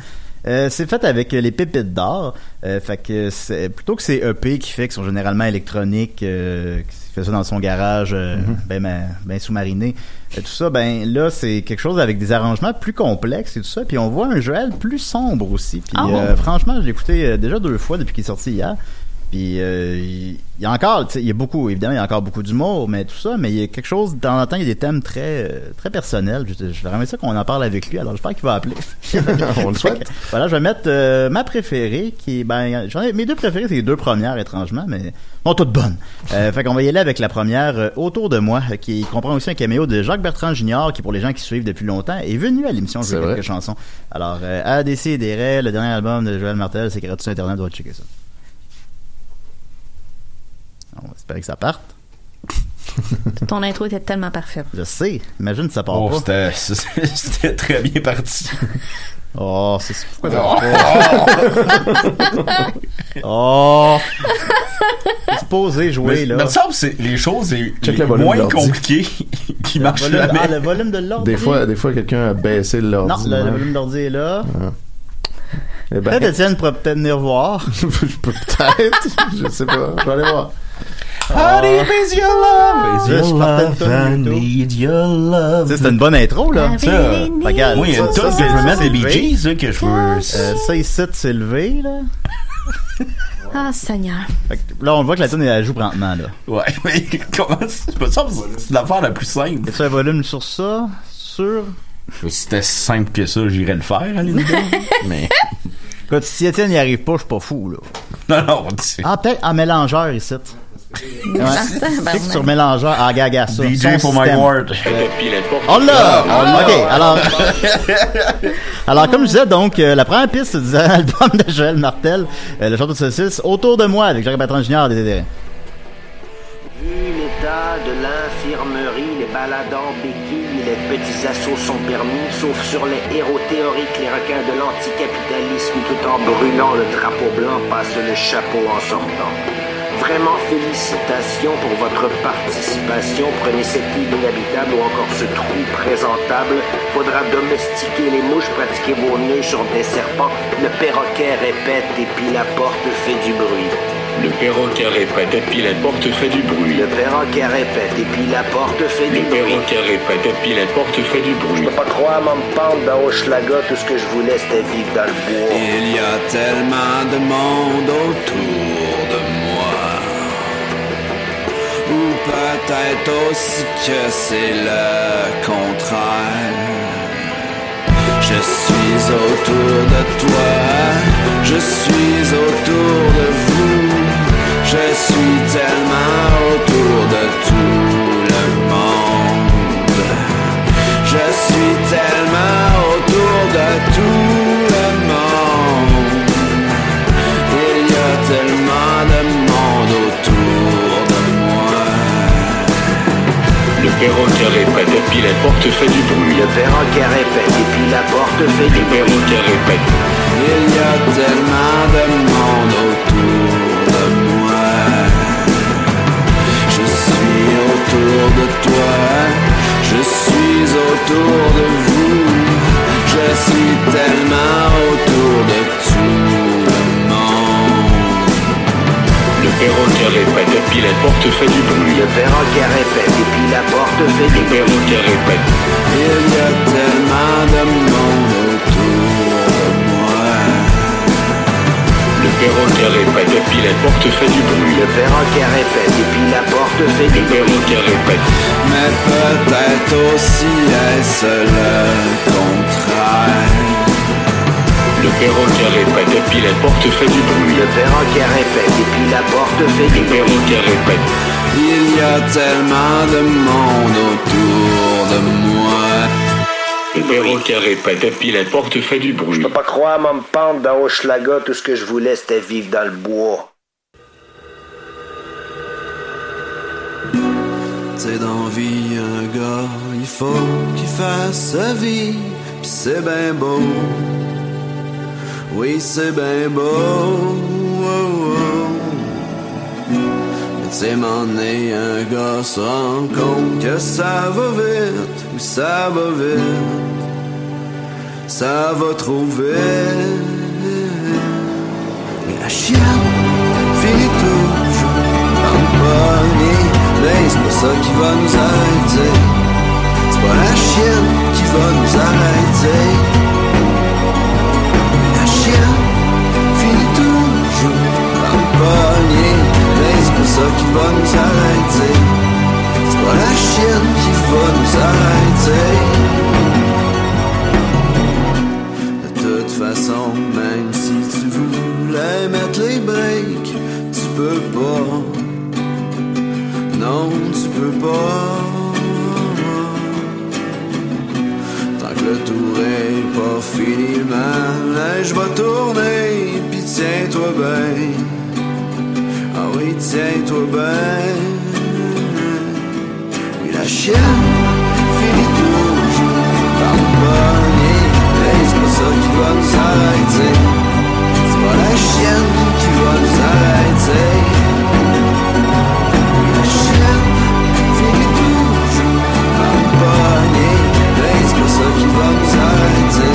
C: Euh, c'est fait avec euh, les pépites d'or. Euh, fait que c'est, plutôt que ces EP qui fait, qui sont généralement électroniques, euh, qui fait ça dans son garage, euh, ben, ben, ben sous-mariné, euh, tout ça, ben là, c'est quelque chose avec des arrangements plus complexes et tout ça. Puis on voit un Joël plus sombre aussi. Puis
J: Ah.
C: euh, franchement, je l'ai écouté euh, déjà deux fois depuis qu'il est sorti hier. Puis euh, il il y a encore, tu sais, il y a beaucoup, évidemment, il y a encore beaucoup d'humour, mais tout ça, mais il y a quelque chose, de temps en temps, il y a des thèmes très, euh, très personnels. Je, je vais aimer ça qu'on en parle avec lui, alors j'espère qu'il va appeler. On le souhaite. voilà, je vais mettre euh, ma préférée, qui est, ben, j'en ai, mes deux préférées, c'est les deux premières, étrangement, mais sont toutes bonnes. Euh, fait qu'on va y aller avec la première, euh, Autour de moi, qui comprend aussi un caméo de Jacques Bertrand Junior, qui pour les gens qui suivent depuis longtemps, est venu à l'émission jouer quelques chansons. Alors, euh, ADC et DRL, le dernier album de Joël Martel, c'est gratuit sur Internet, vous checker ça. On espère que ça parte.
E: Ton intro était tellement parfaite.
C: Je sais. Imagine ça part
F: Oh,
C: pas.
F: c'était- C'était très bien parti.
C: Oh, c'est c'est- pourquoi ça
F: Oh.
C: part pas? Oh! C'est posé jouer,
F: Mais-
C: là.
F: Mais il me semble que c'est les choses les,
D: Check
F: les
D: le volume de
F: moins
D: l'ordi.
F: compliquées qui marchent
C: volume-
F: jamais.
C: ah, le volume de l'ordi.
D: Des fois, des fois quelqu'un a baissé
C: Non,
D: l'ordi.
C: le, le
D: Ouais.
C: volume d'ordi est là.
D: Ah. Eh ben,
C: Peut-être Étienne pourrait peut-être venir voir.
D: je peux peut-être, je sais pas, je vais aller voir.
C: Ah.
F: is your love?
C: Là, je partais une tonne YouTube. Tu sais, C'était une bonne intro, là.
F: Ça, I really
C: regarde,
F: need you. Oui,
C: ça, ça,
F: il y a une tonne que je veux mettre des
C: c'est
F: Bee
C: levé.
F: Gees, là, que je veux-
C: Euh, Ça, ici, c'est levé, là.
E: Ah, Seigneur.
C: Fait que Là, on voit que la tonne, elle joue lentement, là.
F: Ouais, mais comment c'est pas ça? C'est l'affaire la plus simple.
C: C'est un volume sur ça? Sur?
F: Si c'était simple que ça, j'irais le faire, à l'idée. mais.
C: Écoute, si Étienne n'y arrive pas, je suis pas fou, là.
F: Non, non, on dit.
C: Ah, peut-être en mélangeur ici. Ouais. Clique sur mélangeur. Ah, gaga, ça.
F: DJ
C: Son
F: for my
C: système.
F: word.
C: On l'a! On l'a. OK, alors... Alors, comme je disais, donc, euh, la première piste du dernier album de Joël Martel, euh, Le Château de Saucisse, Autour de moi, avec Jacques Bertrand Junior, des
K: Vu l'état de l'infirmerie, les baladants béquilles, les petits assauts sont permis, sauf sur les héros théoriques, les requins de l'anticapitalisme, tout en brûlant le drapeau blanc, passe le chapeau en sortant. Vraiment félicitations pour votre participation. Prenez cette île inhabitable ou encore ce trou présentable. Faudra domestiquer les mouches, pratiquer vos nœuds sur des serpents. Le perroquet répète et puis la porte fait du bruit.
L: Le perroquet répète et puis la porte fait du bruit.
K: Le perroquet répète et puis la porte fait du
L: Le
K: bruit.
L: perroquet répète et puis la porte fait du bruit.
K: Je peux pas croire, m'en pendre dans Hochelaga, tout ce que je voulais c'était vivre dans le bois.
M: Il y a tellement de monde autour de moi. Ou peut-être aussi que c'est le contraire. Je suis autour de toi, je suis autour de vous, je suis tellement autour de tout le monde. Je suis tellement autour de tout le monde. Il y a tellement de monde autour de moi.
L: Le perroquet répète et puis la porte fait du bruit. Le
K: perroquet répète et puis la porte fait
L: du bruit. Le perroquet répète.
M: Il y a tellement de monde autour de moi. Je suis autour de toi, je suis autour de vous, je suis tellement autour de tout le monde.
L: Le perroquet répète et puis la porte fait du bruit. Le
K: perroquet répète et puis la porte fait
L: du bruit. Le perroquet répète.
M: Il y a tellement de monde autour de moi.
L: Le perroquet répète, et puis la porte fait du bruit. Le perroquet répète, et puis la porte fait du bruit. Le perroquet répète.
M: Mais peut-être aussi est-ce le contraire.
L: Le perroquet répète, et puis la porte fait du bruit. Le perroquet répète, et puis la porte fait du bruit. Le perroquet répète.
M: Il y a tellement de monde autour de moi.
L: Le perroquet répète, et puis la porte fait du bruit.
K: Je peux pas croire, m'en pente dans Hochelaga, tout ce que je voulais, c'était vivre dans le bois.
M: C'est d'envie un gars, il faut qu'il fasse sa vie, pis c'est bien beau. Oui, c'est bien beau. oh, oh. Mais tu sais, m'en est un gars se rend compte que ça va vite, oui, ça va vite, ça va trop vite. Mais la chienne finit toujours par pogner. Mais c'est pas ça qui va nous arrêter. C'est pas la chienne qui va nous arrêter. Mais la chienne finit toujours par pogner. Mais c'est pas ça qui va nous arrêter. C'est pas la chienne qui va nous arrêter. De toute façon, même si tu voulais mettre les breaks, tu peux pas. Non, tu peux pas. Tant que le tour est pas fini, ma neige va tourner, puis tiens-toi bien. Ah oui, tiens-toi bien. Oui, la chienne finit toujours par pogner. Mais c'est pas ça qui va nous arrêter. C'est pas la chienne qui va nous arrêter. La chienne finit toujours par pogner. Mais c'est pas ça qui va nous arrêter.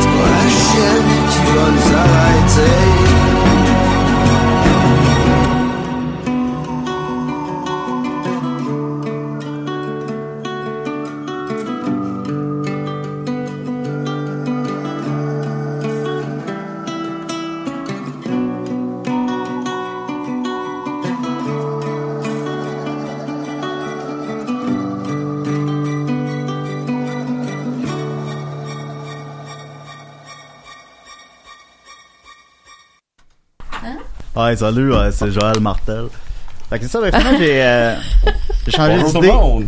M: C'est pas la chienne qui va nous arrêter.
C: Ouais, salut, ouais, c'est Joël Martel. Fait que c'est ça, ben, finalement, j'ai euh, j'ai changé
H: Bonjour
C: d'idée.
H: tout le monde.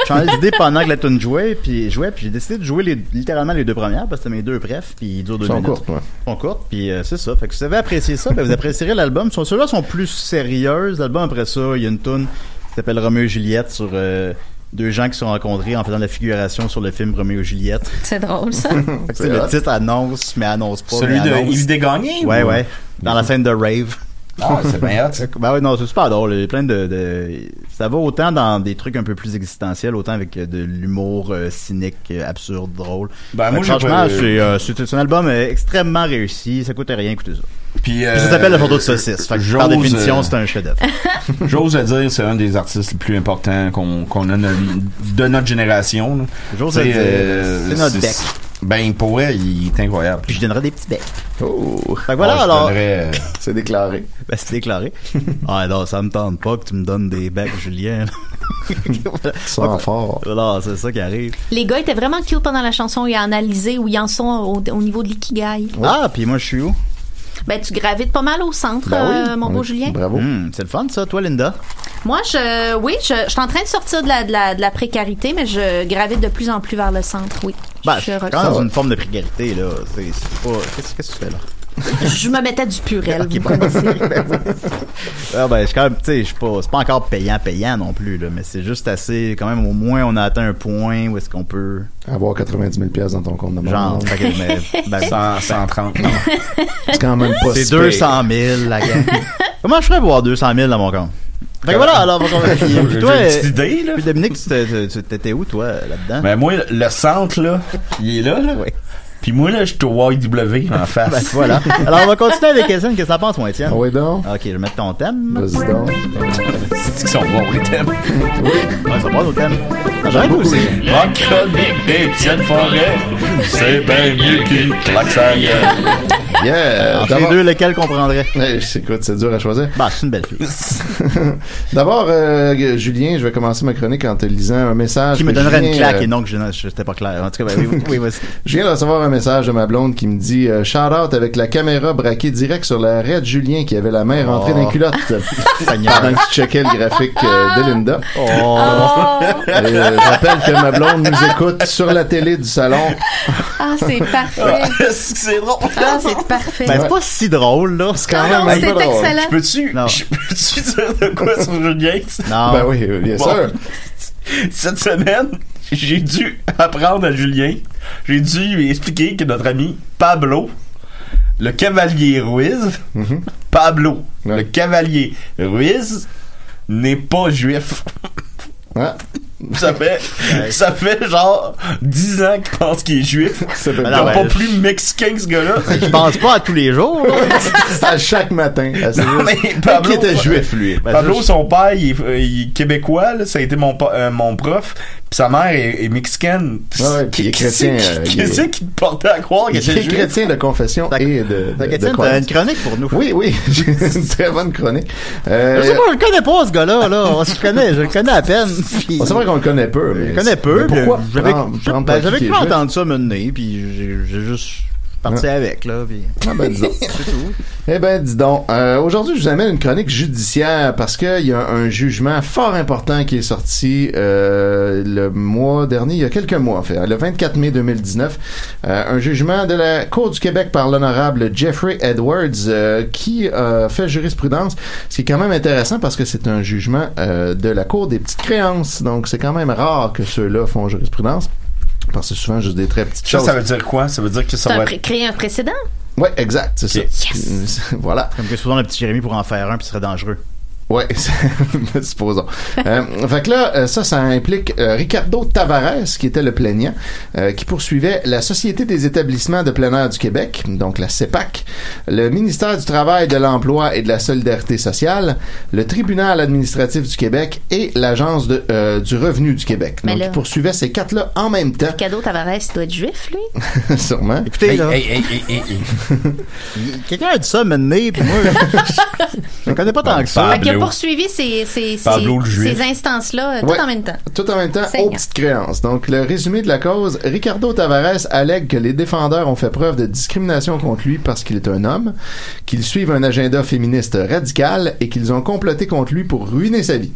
C: J'ai changé d'idée pendant que la tune jouait, puis jouait, puis j'ai décidé de jouer les- littéralement les deux premières parce que c'était mes deux prefs, puis ils durent deux
D: Sont
C: minutes.
D: courtes, ouais.
C: Sont courtes, puis euh, c'est ça. Fait que si vous avez apprécié ça, ben, vous apprécierez l'album. Sont- Ceux-là sont plus sérieux. L'album après ça, il y a une tune qui s'appelle Roméo et Juliette sur euh, deux gens qui se sont rencontrés en faisant de la figuration sur le film Roméo et Juliette.
E: C'est drôle, ça.
C: Fait que, tu sais, le titre annonce, mais annonce pas.
H: Celui
C: mais
H: de
C: annonce.
H: Yves Desgagnés,
C: Ouais,
H: ou-
C: ouais. Dans la scène de Rave.
H: Ah, c'est bien hot, ça.
C: Ben oui, non, c'est super drôle. Il y a plein de, de- Ça va autant dans des trucs un peu plus existentiels, autant avec euh, de l'humour euh, cynique, euh, absurde, drôle.
H: Ben, moi, j'ai
C: franchement,
H: pas-
C: c'est euh, c'est- c'est un album euh, extrêmement réussi. Ça coûte rien, écoutez ça.
H: Puis, euh,
C: ça s'appelle La photo de saucisse. Fait que, par
H: j'ose,
C: définition,
H: euh,
C: c'est un chef-d'œuvre.
H: J'ose le dire, c'est un des artistes les plus importants qu'on qu'on a no- de notre génération. là.
C: J'ose le
H: C'est, euh,
C: dire, c'est notre bec.
H: Ben, pour vrai, il est incroyable.
C: Puis je donnerai des petits becs.
H: Oh.
C: Fait que voilà, alors.
H: c'est déclaré.
C: Ben, c'est déclaré. ah non, ça me tente pas que tu me donnes des becs, Julien. Sans
E: Euh,
C: fort. Non, c'est ça qui arrive.
E: Les gars étaient vraiment cute pendant la chanson. Ils analysaient où ils en sont au, au niveau de l'ikigai.
C: Ah, puis moi, je suis où?
E: Ben, tu gravites pas mal au centre,
F: Ben
D: Ben
E: euh, mon beau Julien.
H: Oh.
C: Hmm, c'est le fun, ça, toi, Linda.
E: Moi, je, oui, je, je suis en train de sortir de la, de, la, de la précarité, mais je gravite de plus en plus vers le centre, oui.
C: Ben,
E: je,
F: ah
C: je suis quand
E: ressens-
C: même dans une forme de précarité, là. C'est c'est pas. Qu'est-ce qu'est-ce que tu fais, là?
E: je me mettais du purel, vous
C: bon.
E: connaissez.
C: Ah, ben, je suis quand même, tu sais, je suis pas. C'est pas encore payant-payant non plus, là, mais c'est juste assez. Quand même, au moins, on a atteint un point où est-ce qu'on peut.
D: Avoir 90 000 pièces dans ton compte de banque.
C: Genre, fait que, mais, ben,
H: 100, 130.
D: C'est quand même pas
C: C'est
D: si pire.
C: 200 000, la gang. Comment je ferais pour avoir 200 000 dans mon compte? Fait que voilà, alors, on va
H: Euh, J'ai
C: Puis toi,
H: une petite
C: euh,
H: idée, là.
C: puis Dominique, tu t'es- tu- tu- t'étais où, toi, là-dedans?
H: Ben, moi, le centre, là, il est là, là.
F: Puis moi, là, je suis au YW en face.
C: Ben, voilà. Alors, on va continuer avec Étienne. Qu'est-ce que t'en penses, moi,
H: Ah
C: Étienne?
D: Oui, Ah donc.
C: OK, je vais mettre ton thème.
D: Vas-y donc.
C: C'est-tu qu'ils sont bons, les thèmes? Oui. Ouais, ils sont bons, nos thèmes. Ah, J'en ai
F: J'aime
C: aussi.
F: La chronique d'Étienne Forêt, c'est bien mieux qu'une claque sa gueule.
D: Yeah!
C: Entre les deux, lequel qu'on prendrait?
D: Écoute, c'est dur à choisir.
C: Bah, c'est une belle fille. Bah.
D: D'abord, euh, Julien, je vais commencer ma chronique en te lisant un message.
C: Qui me
D: que
C: donnerait
D: Julien,
C: une claque
D: euh,
C: et non que je n'étais pas clair. En tout cas, ben, oui, oui, oui, vas-y.
D: Je viens de recevoir un message de ma blonde qui me dit euh, Shout out avec la caméra braquée direct sur l'arrêt de Julien qui avait la main rentrée
C: Oh.
D: dans les culottes. Pendant que tu checkais le graphique euh, de Linda.
C: Oh.
F: Ah
D: Et, euh, je rappelle que ma blonde nous écoute sur la télé du salon.
E: Ah, c'est parfait.
F: c'est drôle.
E: Ah, c'est parfait.
C: Ben, c'est pas si drôle, là. C'est
D: quand
I: ben,
E: Non, même un c'est peu drôle. excellent.
F: Je peux-tu
C: Non.
F: je peux-tu dire de quoi sur Julien?
C: Non.
D: Ben oui, euh, bien
F: Bon.
D: sûr.
F: Cette semaine, j'ai dû apprendre à Julien, j'ai dû lui expliquer que notre ami Pablo, le cavalier Ruiz, Pablo, le cavalier Ruiz, n'est pas juif.
D: Hein?
F: Ça fait, ça fait genre 10 Ah, ans qu'il pense qu'il est juif.
D: Ça peut
C: Ben
D: être
F: Il n'est
D: drôle.
F: pas plus mexicain que ce gars-là.
C: Je pense pas à tous les jours, là.
D: à chaque matin. Ah, à ce
F: Non,
D: jour.
F: mais
D: Peut-être qu'il
F: Pablo-
D: était juif, lui.
C: Ben,
F: Pablo,
C: ça,
F: son père, il est, euh, il est québécois, là, ça a été mon, pa- euh, mon prof, puis sa mère est, est mexicaine.
D: Ouais, ah ouais, puis il est
F: Qui- qui c'est
D: chrétien,
F: qui-
D: euh,
F: Qui
D: il est-
F: c'est qui te portait à croire qu'il
D: Il
F: était
D: est
F: juif?
D: chrétien de confession et de, de,
C: Fait
D: de
C: qu'Étienne, t'as
D: croyance.
C: une chronique pour nous.
D: Oui, oui, j'ai une très bonne chronique. Euh,
C: Je sais pas, je le connais pas, ce gars-là, là. On se connaît, je le connais à peine. Puis...
D: on sait vrai qu'on le connaît peu. Mais
C: Je connais
D: mais
C: peu.
D: Pourquoi
C: puis J'avais
D: prendre-
C: je-
D: prendre
C: ben,
D: pas
C: j'avais
D: qui est
C: cru
D: juif?
C: entendre ça me nez, puis j'ai j'ai juste parti avec, là. Puis...
D: Ah ben, dis donc. Eh ben, dis donc. Euh, Aujourd'hui, je vous amène une chronique judiciaire parce qu'il y a un jugement fort important qui est sorti euh, le mois dernier, il y a quelques mois en fait, le 24 mai 2019. Euh, un jugement de la Cour du Québec par l'honorable Jeffrey Edwards euh, qui euh, fait jurisprudence, ce qui est quand même intéressant parce que c'est un jugement euh, de la Cour des petites créances. Donc, c'est quand même rare que ceux-là font jurisprudence parce que c'est souvent juste des très petites
F: Ça,
D: choses.
F: ça veut dire quoi? Ça veut dire que
E: T'as
F: ça va être...
E: pré- créé un précédent?
D: Ouais, exact, c'est
F: Ok.
D: ça. voilà.
C: Comme que souvent, le petit Jérémy pour en faire un, puis ce serait dangereux.
D: Ouais, c'est- supposons. Euh, fait que là, euh, ça, ça implique euh, Ricardo Tavares, qui était le plaignant, euh, qui poursuivait la Société des établissements de plein air du Québec, donc la CEPAC, le ministère du Travail, de l'Emploi et de la Solidarité sociale, le Tribunal administratif du Québec et l'Agence de, euh, du revenu du Québec.
E: Mais
D: Donc,
E: là-
D: il poursuivait ces quatre-là en même temps,
E: Cadeau Tavares, il doit être juif, lui?
I: Ah,
D: sûrement.
C: Écoutez,
F: Hey,
C: là,
F: hey, hey, hey, hey, hey.
C: quelqu'un a dit ça, me nez, puis moi, je- je le connais pas tant que ça.
E: Fait qu'il
I: ben,
E: a
F: Pablo.
E: poursuivi ces, ces, ces,
F: Pablo le Juif.
E: ces instances-là, euh, tout
D: Ouais.
E: en même temps.
D: Tout en même temps,
E: Seigneur.
D: aux petites créances. Donc, le résumé de la cause, Ricardo Tavares allègue que les défendeurs ont fait preuve de discrimination contre lui parce qu'il est un homme, qu'ils suivent un agenda féministe radical et qu'ils ont comploté contre lui pour ruiner sa vie.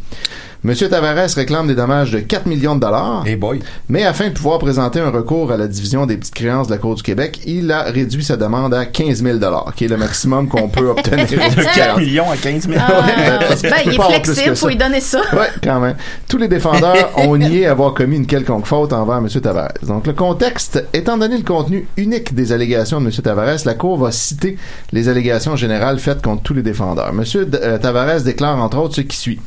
D: Monsieur Tavares réclame des dommages de 4 millions de dollars.
F: Hey boy.
D: Mais afin de pouvoir présenter un recours à la division des petites créances de la Cour du Québec, il a réduit sa demande à 15 000 qui est le maximum qu'on peut obtenir.
F: De
D: de
F: 4 millions à 15 000.
E: Ah,
D: parce que
E: ben,
D: tu peux
E: il est
D: pas avoir plus que
E: flexible,
D: ça.
E: faut lui donner ça.
D: Ouais, quand même. Tous les défendeurs ont nié avoir commis une quelconque faute envers M. Tavares. Donc, le contexte, étant donné le contenu unique des allégations de M. Tavares, la Cour va citer les allégations générales faites contre tous les défendeurs. M. D- euh, Tavares déclare, entre autres, ce qui suit.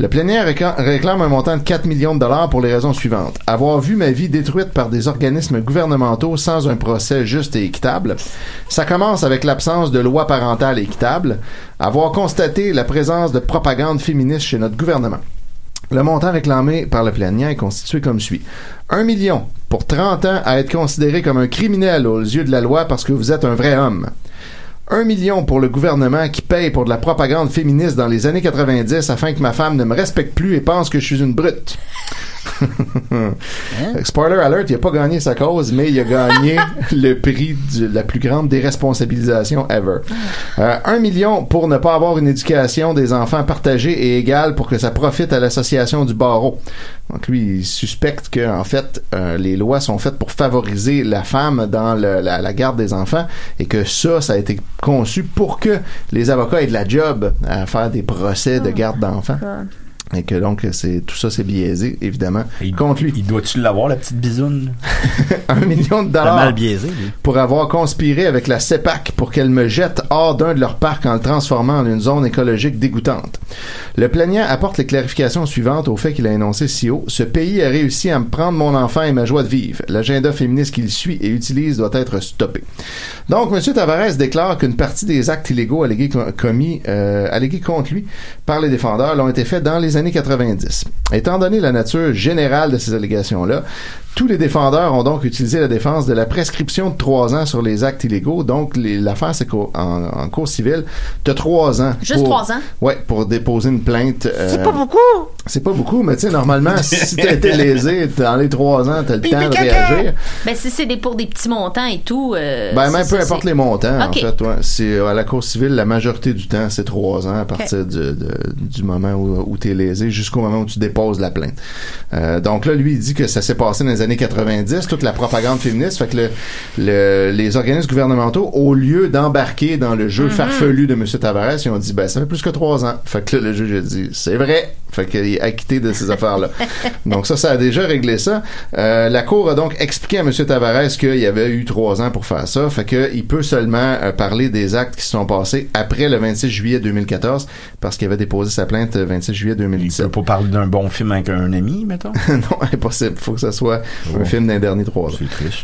D: Le plaignant réca- réclame un montant de 4 millions de dollars pour les raisons suivantes. Avoir vu ma vie détruite par des organismes gouvernementaux sans un procès juste et équitable. Ça commence avec l'absence de loi parentale équitable. Avoir constaté la présence de propagande féministe chez notre gouvernement. Le montant réclamé par le plaignant est constitué comme suit. 1 million pour 30 ans à être considéré comme un criminel aux yeux de la loi parce que vous êtes un vrai homme. 1 million pour le gouvernement qui paye pour de la propagande féministe dans les années 90 afin que ma femme ne me respecte plus et pense que je suis une brute. Fait que Spoiler alert, il a pas gagné sa cause, mais il a gagné le prix de la plus grande déresponsabilisation ever. Euh, un million pour ne pas avoir une éducation des enfants partagée et égale pour que ça profite à l'association du barreau. Donc lui, il suspecte que en fait, euh, les lois sont faites pour favoriser la femme dans le- la, la garde des enfants et que ça, ça a été conçu pour que les avocats aient de la job à faire des procès de garde d'enfants. Et que donc, c'est, tout ça, c'est biaisé, évidemment, contre lui. Il doit-tu l'avoir, la petite bisoune? Un million de dollars.
C: mal biaisé, lui.
D: Pour avoir conspiré avec la CEPAC pour qu'elle me jette hors d'un de leurs parcs en le transformant en une zone écologique dégoûtante. Le plaignant apporte les clarifications suivantes au fait qu'il a énoncé si haut. Ce pays a réussi à me prendre mon enfant et ma joie de vivre. L'agenda féministe qu'il suit et utilise doit être stoppé. Donc, M. Tavares déclare qu'une partie des actes illégaux allégués, co- commis, euh, allégués contre lui par les défendeurs l'ont été faits dans les années 90. Étant donné la nature générale de ces allégations-là, tous les défendeurs ont donc utilisé la défense de la prescription de trois ans sur les actes illégaux. Donc, les- l'affaire, c'est qu'en en cours civil, tu as trois ans.
E: Juste
D: pour-
E: trois ans?
D: Ouais, pour déposer une plainte.
E: C'est
D: euh,
E: pas beaucoup.
D: C'est pas beaucoup, mais tu sais, normalement, si t'as été lésé dans les trois ans, t'as le temps de réagir.
E: Ben, si c'est des, pour des petits montants et tout. euh,
D: Ben,
E: c'est
D: même peu
E: ça,
D: importe
E: c'est-
D: les montants,
E: Ok.
D: en fait. ouais. C'est, euh, à la Cour civile, la majorité du temps, c'est trois ans à partir
E: Ok.
D: du, de- du moment où, où tu es lésé jusqu'au moment où tu déposes la plainte. Euh, donc là, lui, il dit que ça s'est passé dans les années 90, toute la propagande féministe. Fait que le- le- les organismes gouvernementaux, au lieu d'embarquer dans le jeu
H: Mhm.
D: farfelu de M. Tavares, ils ont dit, ben, ça fait plus que trois ans. Fait que là, le juge a dit, c'est vrai. Fait qu'il est acquitté de ces affaires-là. Donc ça, ça a déjà réglé ça. Euh, la Cour a donc expliqué à M. Tavares qu'il y avait eu trois ans pour faire ça, fait qu'il peut seulement euh, parler des actes qui se sont passés après le 26 juillet 2014, parce qu'il avait déposé sa plainte le 26 juillet 2017. Il peut pas parler d'un bon film avec un ami, mettons? non, impossible. faut que ça soit un
H: Ouais.
D: film d'un dernier trois ans.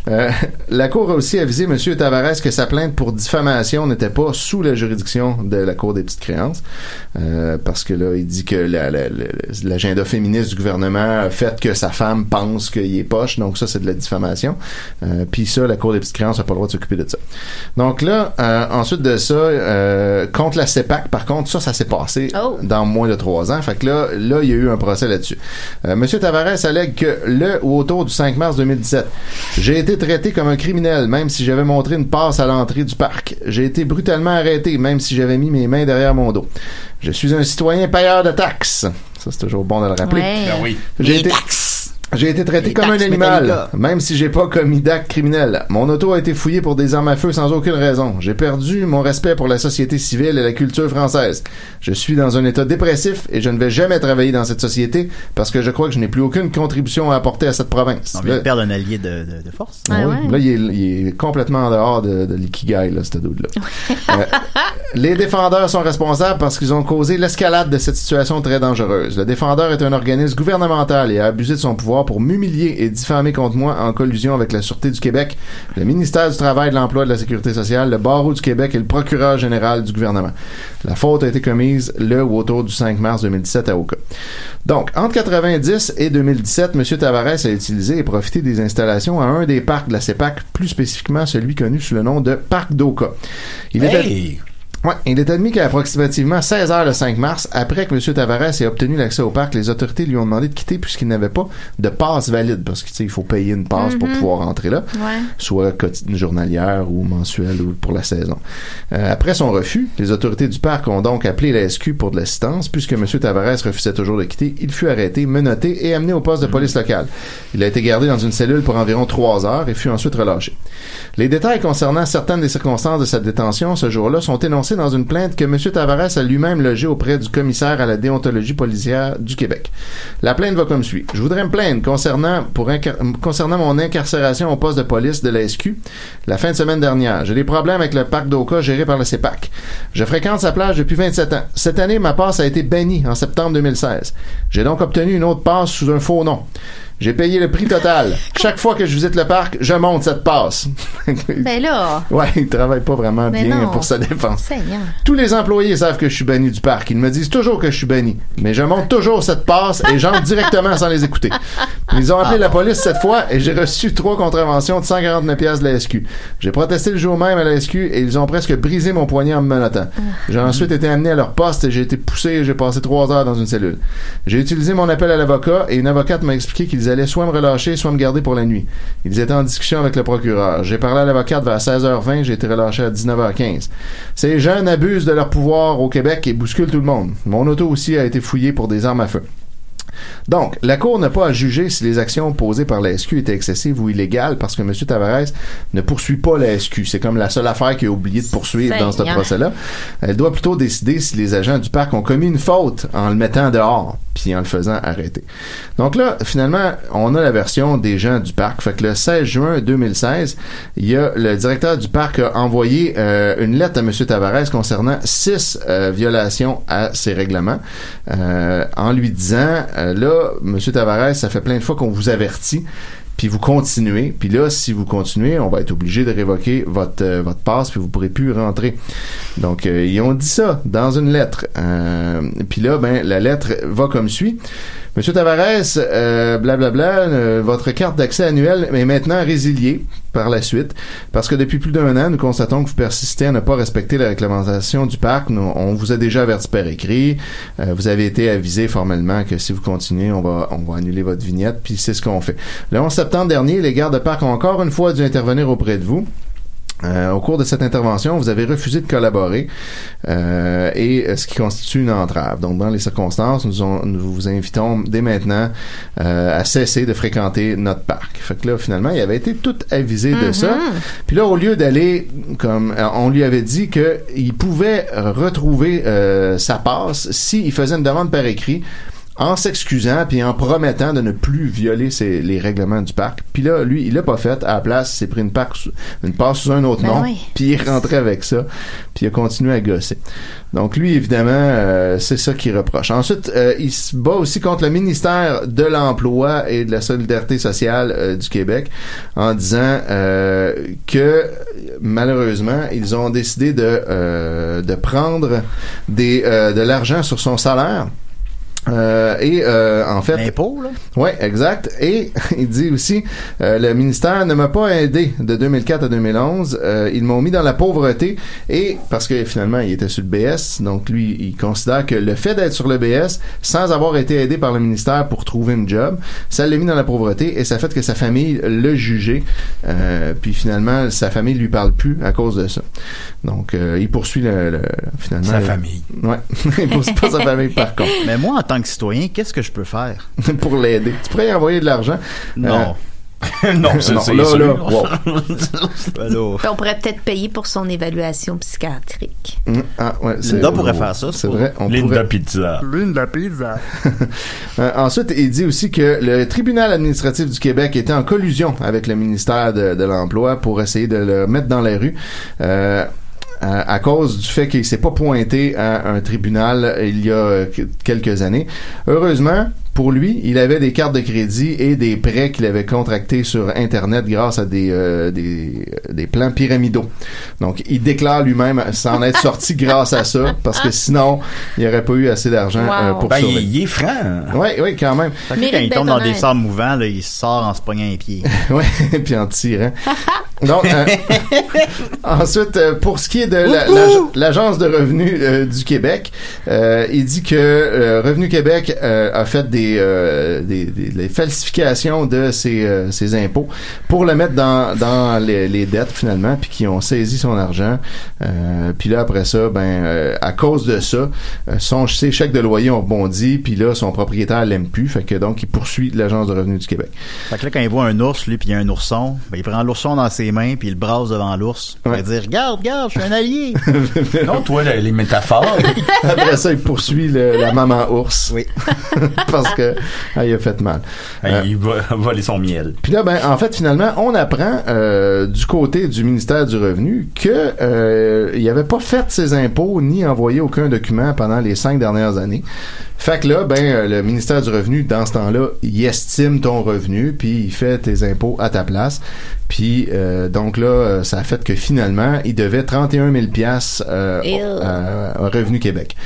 D: Euh, la Cour a aussi avisé M. Tavares que sa plainte pour diffamation n'était pas sous la juridiction de la Cour des petites créances, euh, parce que là, il dit que la- la- la- l'agenda féministe du gouvernement a fait que sa femme pense qu'il est poche, donc ça, c'est de la diffamation. Euh, Puis ça, la Cour des petites créances n'a pas le droit de s'occuper de ça. Donc là, euh, ensuite de ça, euh, contre la CEPAC, par contre, ça, ça s'est passé dans moins de trois ans. Fait que là, là, il y a eu un procès là-dessus. Euh, Monsieur Tavares allègue que le ou autour du 5 mars 2017, j'ai été traité comme un criminel, même si j'avais montré une passe à l'entrée du parc. J'ai été brutalement arrêté, même si j'avais mis mes mains derrière mon dos. Je suis un citoyen payeur de taxes. Ça, c'est toujours bon de le rappeler.
H: Ouais. Ben oui.
D: J'ai
H: Les
D: été... J'ai été traité
H: Les
D: comme un
H: taxes,
D: animal,
H: Metallica.
D: même si j'ai pas commis d'acte criminel. Mon auto a été fouillée pour des armes à feu sans aucune raison. J'ai perdu mon respect pour la société civile et la culture française. Je suis dans un état dépressif et je ne vais jamais travailler dans cette société parce que je crois que je n'ai plus aucune contribution à apporter à cette province.
C: On vient
D: Là-
C: de perdre un allié de, de- de force.
D: ah oui. Là, il est, il est complètement en dehors de, de l'ikigai, là, ce dude-là. Euh, les défendeurs sont responsables parce qu'ils ont causé l'escalade de cette situation très dangereuse. Le défendeur est un organisme gouvernemental et a abusé de son pouvoir pour m'humilier et diffamer contre moi en collusion avec la Sûreté du Québec, le ministère du Travail, de l'Emploi et de la Sécurité sociale, le Barreau du Québec et le procureur général du gouvernement. La faute a été commise le ou autour du 5 mars 2017 à Oka. Donc, entre 90 et 2017, M. Tavares a utilisé et profité des installations à un des parcs de la CEPAC, plus spécifiquement celui connu sous le nom de Parc d'Oka. Il
H: Hey!
D: était... Ouais, il est admis qu'à approximativement 16 heures le 5 mars, après que M. Tavares ait obtenu l'accès au parc, les autorités lui ont demandé de quitter puisqu'il n'avait pas de passe valide parce que tu sais, il faut payer une passe pour
H: Mhm.
D: pouvoir entrer là
I: ben,
H: Ouais.
D: soit quotidienne journalière ou mensuelle ou pour la saison. Euh, après son refus, les autorités du parc ont donc appelé la SQ pour de l'assistance. Puisque M. Tavares refusait toujours de quitter, il fut arrêté, menotté et amené au poste de police locale. Il a été gardé dans une cellule pour environ trois heures et fut ensuite relâché. Les détails concernant certaines des circonstances de sa détention ce jour-là sont énoncés dans une plainte que M. Tavares a lui-même logée auprès du commissaire à la déontologie policière du Québec. La plainte va comme suit. Je voudrais me plaindre concernant, pour incar- concernant mon incarcération au poste de police de la SQ la fin de semaine dernière. J'ai des problèmes avec le parc d'Oka géré par la CEPAC. Je fréquente sa plage depuis 27 ans. Cette année, ma passe a été bannie en septembre 2016. J'ai donc obtenu une autre passe sous un faux nom. J'ai payé le prix total. Chaque fois que je visite le parc, je monte cette passe.
E: Ben là.
D: Ouais, il travaille pas vraiment
E: Ben
D: bien
E: non.
D: pour sa défense.
E: Seigneur.
D: Tous les employés savent que je suis banni du parc. Ils me disent toujours que je suis banni. Mais je monte toujours cette passe et j'entre directement sans les écouter. Ils ont appelé la police cette fois et j'ai reçu trois contraventions de 149 pièces de la SQ. J'ai protesté le jour même à la SQ et ils ont presque brisé mon poignet en me menottant. J'ai ensuite été amené à leur poste et j'ai été poussé et j'ai passé trois heures dans une cellule. J'ai utilisé mon appel à l'avocat et une avocate m'a expliqué qu'ils allaient soit me relâcher, soit me garder pour la nuit. Ils étaient en discussion avec le procureur. J'ai parlé à l'avocate vers 16h20, j'ai été relâché à 19h15. Ces jeunes abusent de leur pouvoir au Québec et bousculent tout le monde. Mon auto aussi a été fouillée pour des armes à feu. Donc, la Cour n'a pas à juger si les actions posées par la SQ étaient excessives ou illégales parce que M. Tavares ne poursuit pas la SQ. C'est comme la seule affaire qu'il a oublié de poursuivre dans ce
E: Seigneur.
D: procès-là. Elle doit plutôt décider si les agents du parc ont commis une faute en le mettant dehors puis en le faisant arrêter. Donc là, finalement, on a la version des gens du parc. Fait que le 16 juin 2016, il y a le directeur du parc a envoyé euh, une lettre à M. Tavares concernant six euh, violations à ses règlements euh, en lui disant euh, là, M. Tavares, ça fait plein de fois qu'on vous avertit puis vous continuez. Puis là, si vous continuez, on va être obligé de révoquer votre euh, votre passe, puis vous pourrez plus rentrer. Donc, euh, ils ont dit ça dans une lettre. Euh, puis là, ben la lettre va comme suit. Monsieur Tavares, euh, blablabla, euh, votre carte d'accès annuelle est maintenant résiliée par la suite parce que depuis plus d'un an, nous constatons que vous persistez à ne pas respecter la réglementation du parc. Nous- on vous a déjà averti par écrit. Euh, vous avez été avisé formellement que si vous continuez, on va, on va annuler votre vignette, puis c'est ce qu'on fait. Le 11 septembre dernier, les gardes de parc ont encore une fois dû intervenir auprès de vous. Euh, au cours de cette intervention, vous avez refusé de collaborer euh, et euh, ce qui constitue une entrave. Donc, dans les circonstances, nous, on- nous vous invitons dès maintenant euh, à cesser de fréquenter notre parc. Fait que là, finalement, il avait été tout avisé de ça. Puis là, au lieu d'aller comme euh, on lui avait dit que il pouvait euh, retrouver euh, sa passe s'il faisait une demande par écrit en s'excusant puis en promettant de ne plus violer ses- les règlements du parc. Puis là, lui, il l'a pas fait. À la place, il s'est pris une, parc sous- une passe sous un autre
E: Ben
D: nom.
E: oui.
D: Puis il est rentré avec ça. Puis il a continué à gosser. Donc lui, évidemment, euh, c'est ça qu'il reproche. Ensuite, euh, il se bat aussi contre le ministère de l'Emploi et de la Solidarité sociale euh, du Québec en disant euh, que malheureusement, ils ont décidé de, euh, de prendre des, euh, de l'argent sur son salaire. Euh, et euh, en fait,
C: L'impôt, ben, là.
D: Ouais, exact. Et il dit aussi, euh, le ministère ne m'a pas aidé de 2004 à 2011. Euh, ils m'ont mis dans la pauvreté et parce que finalement il était sur le BS, donc lui il considère que le fait d'être sur le BS sans avoir été aidé par le ministère pour trouver une job, ça l'a mis dans la pauvreté et ça fait que sa famille l'a jugé. Euh, puis finalement sa famille lui parle plus à cause de ça. Donc euh, il poursuit le, le- finalement
C: Sa
D: le-
C: famille.
D: Ouais, il poursuit pas sa famille par contre.
C: Mais moi, en tant que citoyen, qu'est-ce que je peux faire?
D: pour l'aider. Tu pourrais y envoyer de l'argent.
F: non,
C: Non.
F: c'est
D: Euh, Non,
F: c'est
D: là,
F: sûr.
D: là, wow.
C: Ben,
E: Puis on pourrait peut-être payer pour son évaluation psychiatrique.
D: Mm, Ah, ouais, c'est-
C: Linda pourrait faire ça,
D: C'est
C: c'est
D: vrai.
C: pas-
D: On
C: Linda
D: pourrait...
F: Pizza.
C: Linda Pizza.
D: Euh, ensuite, il dit aussi que le tribunal administratif du Québec était en collusion avec le ministère de, de l'Emploi pour essayer de le mettre dans les rues. Euh, à à cause du fait qu'il s'est pas pointé à un tribunal il y a euh, que- quelques années. Heureusement, pour lui, il avait des cartes de crédit et des prêts qu'il avait contractés sur Internet grâce à des, euh, des, des plans pyramidaux. Donc, il déclare lui-même s'en être sorti grâce à ça, parce que sinon, il n'y aurait pas eu assez d'argent
E: Wow.
D: euh, pour
C: Ben, il-
D: survivre.
F: Il est franc.
D: Oui, oui, quand même.
C: Fait que
E: Mérite
C: quand il
E: d'être
C: tombe dans des
E: honnête.
C: sables mouvants, là, il sort en se pognant les pieds.
D: Ouais, puis en tirant. Donc, euh, ensuite, euh, pour ce qui est de la- l'ag- l'Agence de revenus euh, du Québec, euh, il dit que euh, Revenu Québec euh, a fait des, euh, des, des- des falsifications de ses, euh, ses impôts pour le mettre dans, dans les, les dettes, finalement, puis qui ont saisi son argent. Euh, puis là, après ça, ben euh, à cause de ça, euh, son, ses chèques de loyer ont rebondi, puis là, son propriétaire l'aime plus, fait que donc, il poursuit l'Agence de revenus du Québec.
C: Fait que là, quand il voit un ours, lui, puis il y a un ourson, ben, il prend l'ourson dans ses mains, puis il le brasse devant l'ours. Il va dire Regarde, regarde, je suis un allié.
F: Non, toi, les les métaphores.
D: Après ça, il poursuit le- la maman ours.
C: Oui.
D: Parce que elle, il a fait mal.
F: Hey, Il va voler son miel.
D: Puis là, ben, en fait, finalement, on apprend euh, du côté du ministère du Revenu que euh, il avait pas fait ses impôts ni envoyé aucun document pendant les cinq dernières années. Fait que là, ben, euh, le ministère du Revenu, dans ce temps-là, il estime ton revenu, puis il fait tes impôts à ta place. Puis euh, donc là, euh, ça a fait que finalement, il devait 31 000 piastres euh,
E: Ew.
D: au- à- à Revenu Québec.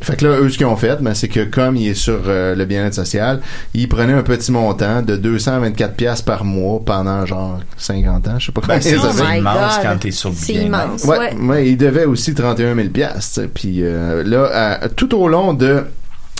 D: Fait que là, eux, ce qu'ils ont fait, ben, c'est que comme il est sur euh, le bien-être social, ils prenaient un petit montant de 224 pièces par mois pendant genre 50 ans, je sais pas combien
F: Ben, c'est
D: ils avaient.
E: Oh my
F: immense
E: God.
F: quand t'es sur le
E: C'est
F: bien.
I: hein.
E: immense.
D: Ouais,
E: ouais.
D: ouais, il devait aussi 31 000 piastres. Puis euh, là, à- tout au long de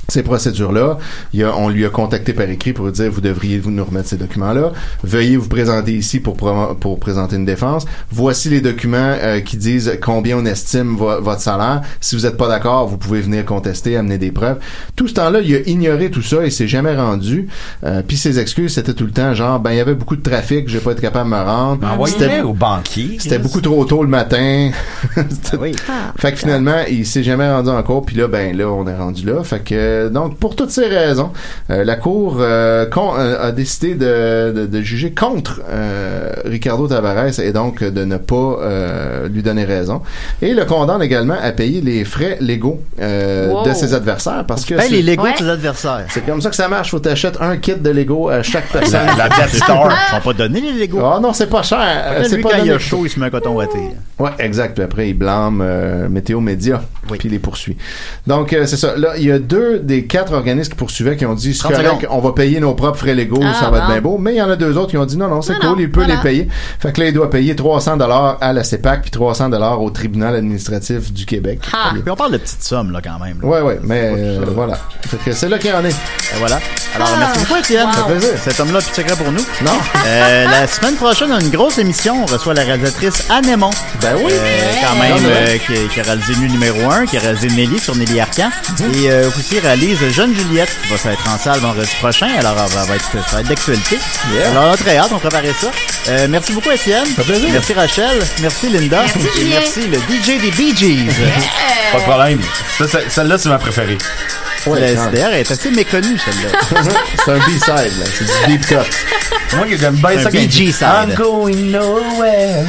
D: ces procédures-là. Il y a- On lui a contacté par écrit pour lui dire vous devriez vous nous remettre ces documents-là. Veuillez vous présenter ici pour, pro- pour présenter une défense. Voici les documents euh, qui disent combien on estime vo- votre salaire. Si vous n'êtes pas d'accord, vous pouvez venir contester, amener des preuves. Tout ce temps-là, il a ignoré tout ça et s'est jamais rendu. Euh, Puis ses excuses, c'était tout le temps genre ben il y avait beaucoup de trafic, j'ai pas été capable de me rendre. C'était-
H: Envoyez-le au banquier.
D: c'était beaucoup trop tôt le matin.
C: Ah
D: C'était- fait que finalement, il s'est jamais rendu en cours. Puis là, ben là, on est rendu là. Fait que euh, donc pour toutes ces raisons, euh, la cour euh, con- euh, a décidé de, de- de juger contre euh, Ricardo Tavares et donc euh, de ne pas euh, lui donner raison. Et le condamne également à payer les frais légaux euh,
C: Wow.
D: de ses adversaires parce que
C: Ben,
D: c'est-
C: les Legos de tes adversaires.
D: c'est comme ça que ça marche. Faut t'achètes un kit de Lego à chaque personne.
C: La, la Death Star. Ils sont pas donnés, les Legos.
D: Ah non, c'est pas cher.
C: Après,
D: C'est
C: lui,
D: pas
C: quand il a
D: donné.
C: chaud, il se met un coton watté.
D: Ouais, exact. Puis après, il blâme euh, Météo Média, puis il les poursuit. Donc, euh, c'est ça. Là, il y a deux des quatre organismes qui poursuivaient qui ont dit, c'est
C: 30
D: correct,
C: secondes.
D: on va payer nos propres frais légaux,
C: Ah,
D: ça va être
C: bon.
D: bien beau. Mais il y en a deux autres qui ont dit, non, non, c'est cool, il peut
C: voilà.
D: les payer. Fait que là, il doit payer 300 dollars à la CEPAC, puis 300 dollars au tribunal administratif du Québec.
C: Puis on parle de petites sommes, là, quand même. là.
D: Ouais, ouais, mais euh, voilà. Fait que c'est là qu'il y en est.
C: Et voilà. Alors, merci beaucoup, Étienne.
D: wow. Ça fait plaisir.
C: Cet homme-là, plus secret pour nous.
D: Non.
C: Euh, la semaine prochaine, on a une grosse émission. On reçoit la réalisatrice Anne Aymon.
D: Ben oui.
C: quand
D: Ouais.
C: même,
D: Ouais.
C: euh, qui, qui a réalisé nu numéro 1, qui a réalisé Nelly sur Nelly Arcan. Et euh, aussi réalise Jeune Juliette, qui va être en salle vendredi prochain. Alors, elle va- elle va être, ça va être d'actualité.
D: Yeah.
C: Alors, on a très hâte, on préparait ça. Euh, merci beaucoup, Étienne.
D: plaisir.
C: Merci, Rachel. Merci, Linda.
E: Merci,
C: Et
E: Julien.
C: merci, le DJ des Bee Gees.
H: Pas de problème. Ça, ça- Celle-là, c'est ma préférée.
C: Ouais, c'est- D'ailleurs, elle est assez méconnue, celle-là.
D: c'est un B-side, là. C'est du deep cut.
H: Moi, j'aime bien
C: Un
H: ça. quand il dit,
C: BG side.
H: I'm going nowhere.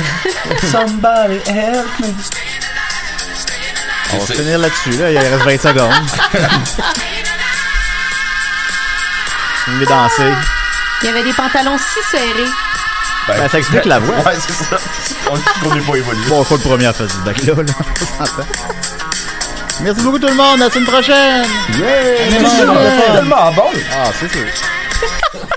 H: Somebody help me.
C: On va finir là-dessus, là. Il reste 20 secondes. Si vous voulez danser.
E: Il y avait des pantalons si serrés.
C: Ben, ça explique la voix.
H: Ouais, c'est ça. On dit qu'on n'est pas évolué.
C: Bon, pas le premier à faire ce bac-là, là. On s'entend. Merci beaucoup tout le monde, à la semaine prochaine!
D: Yeah!
H: C'est tellement bon.
C: Ah, c'est sûr.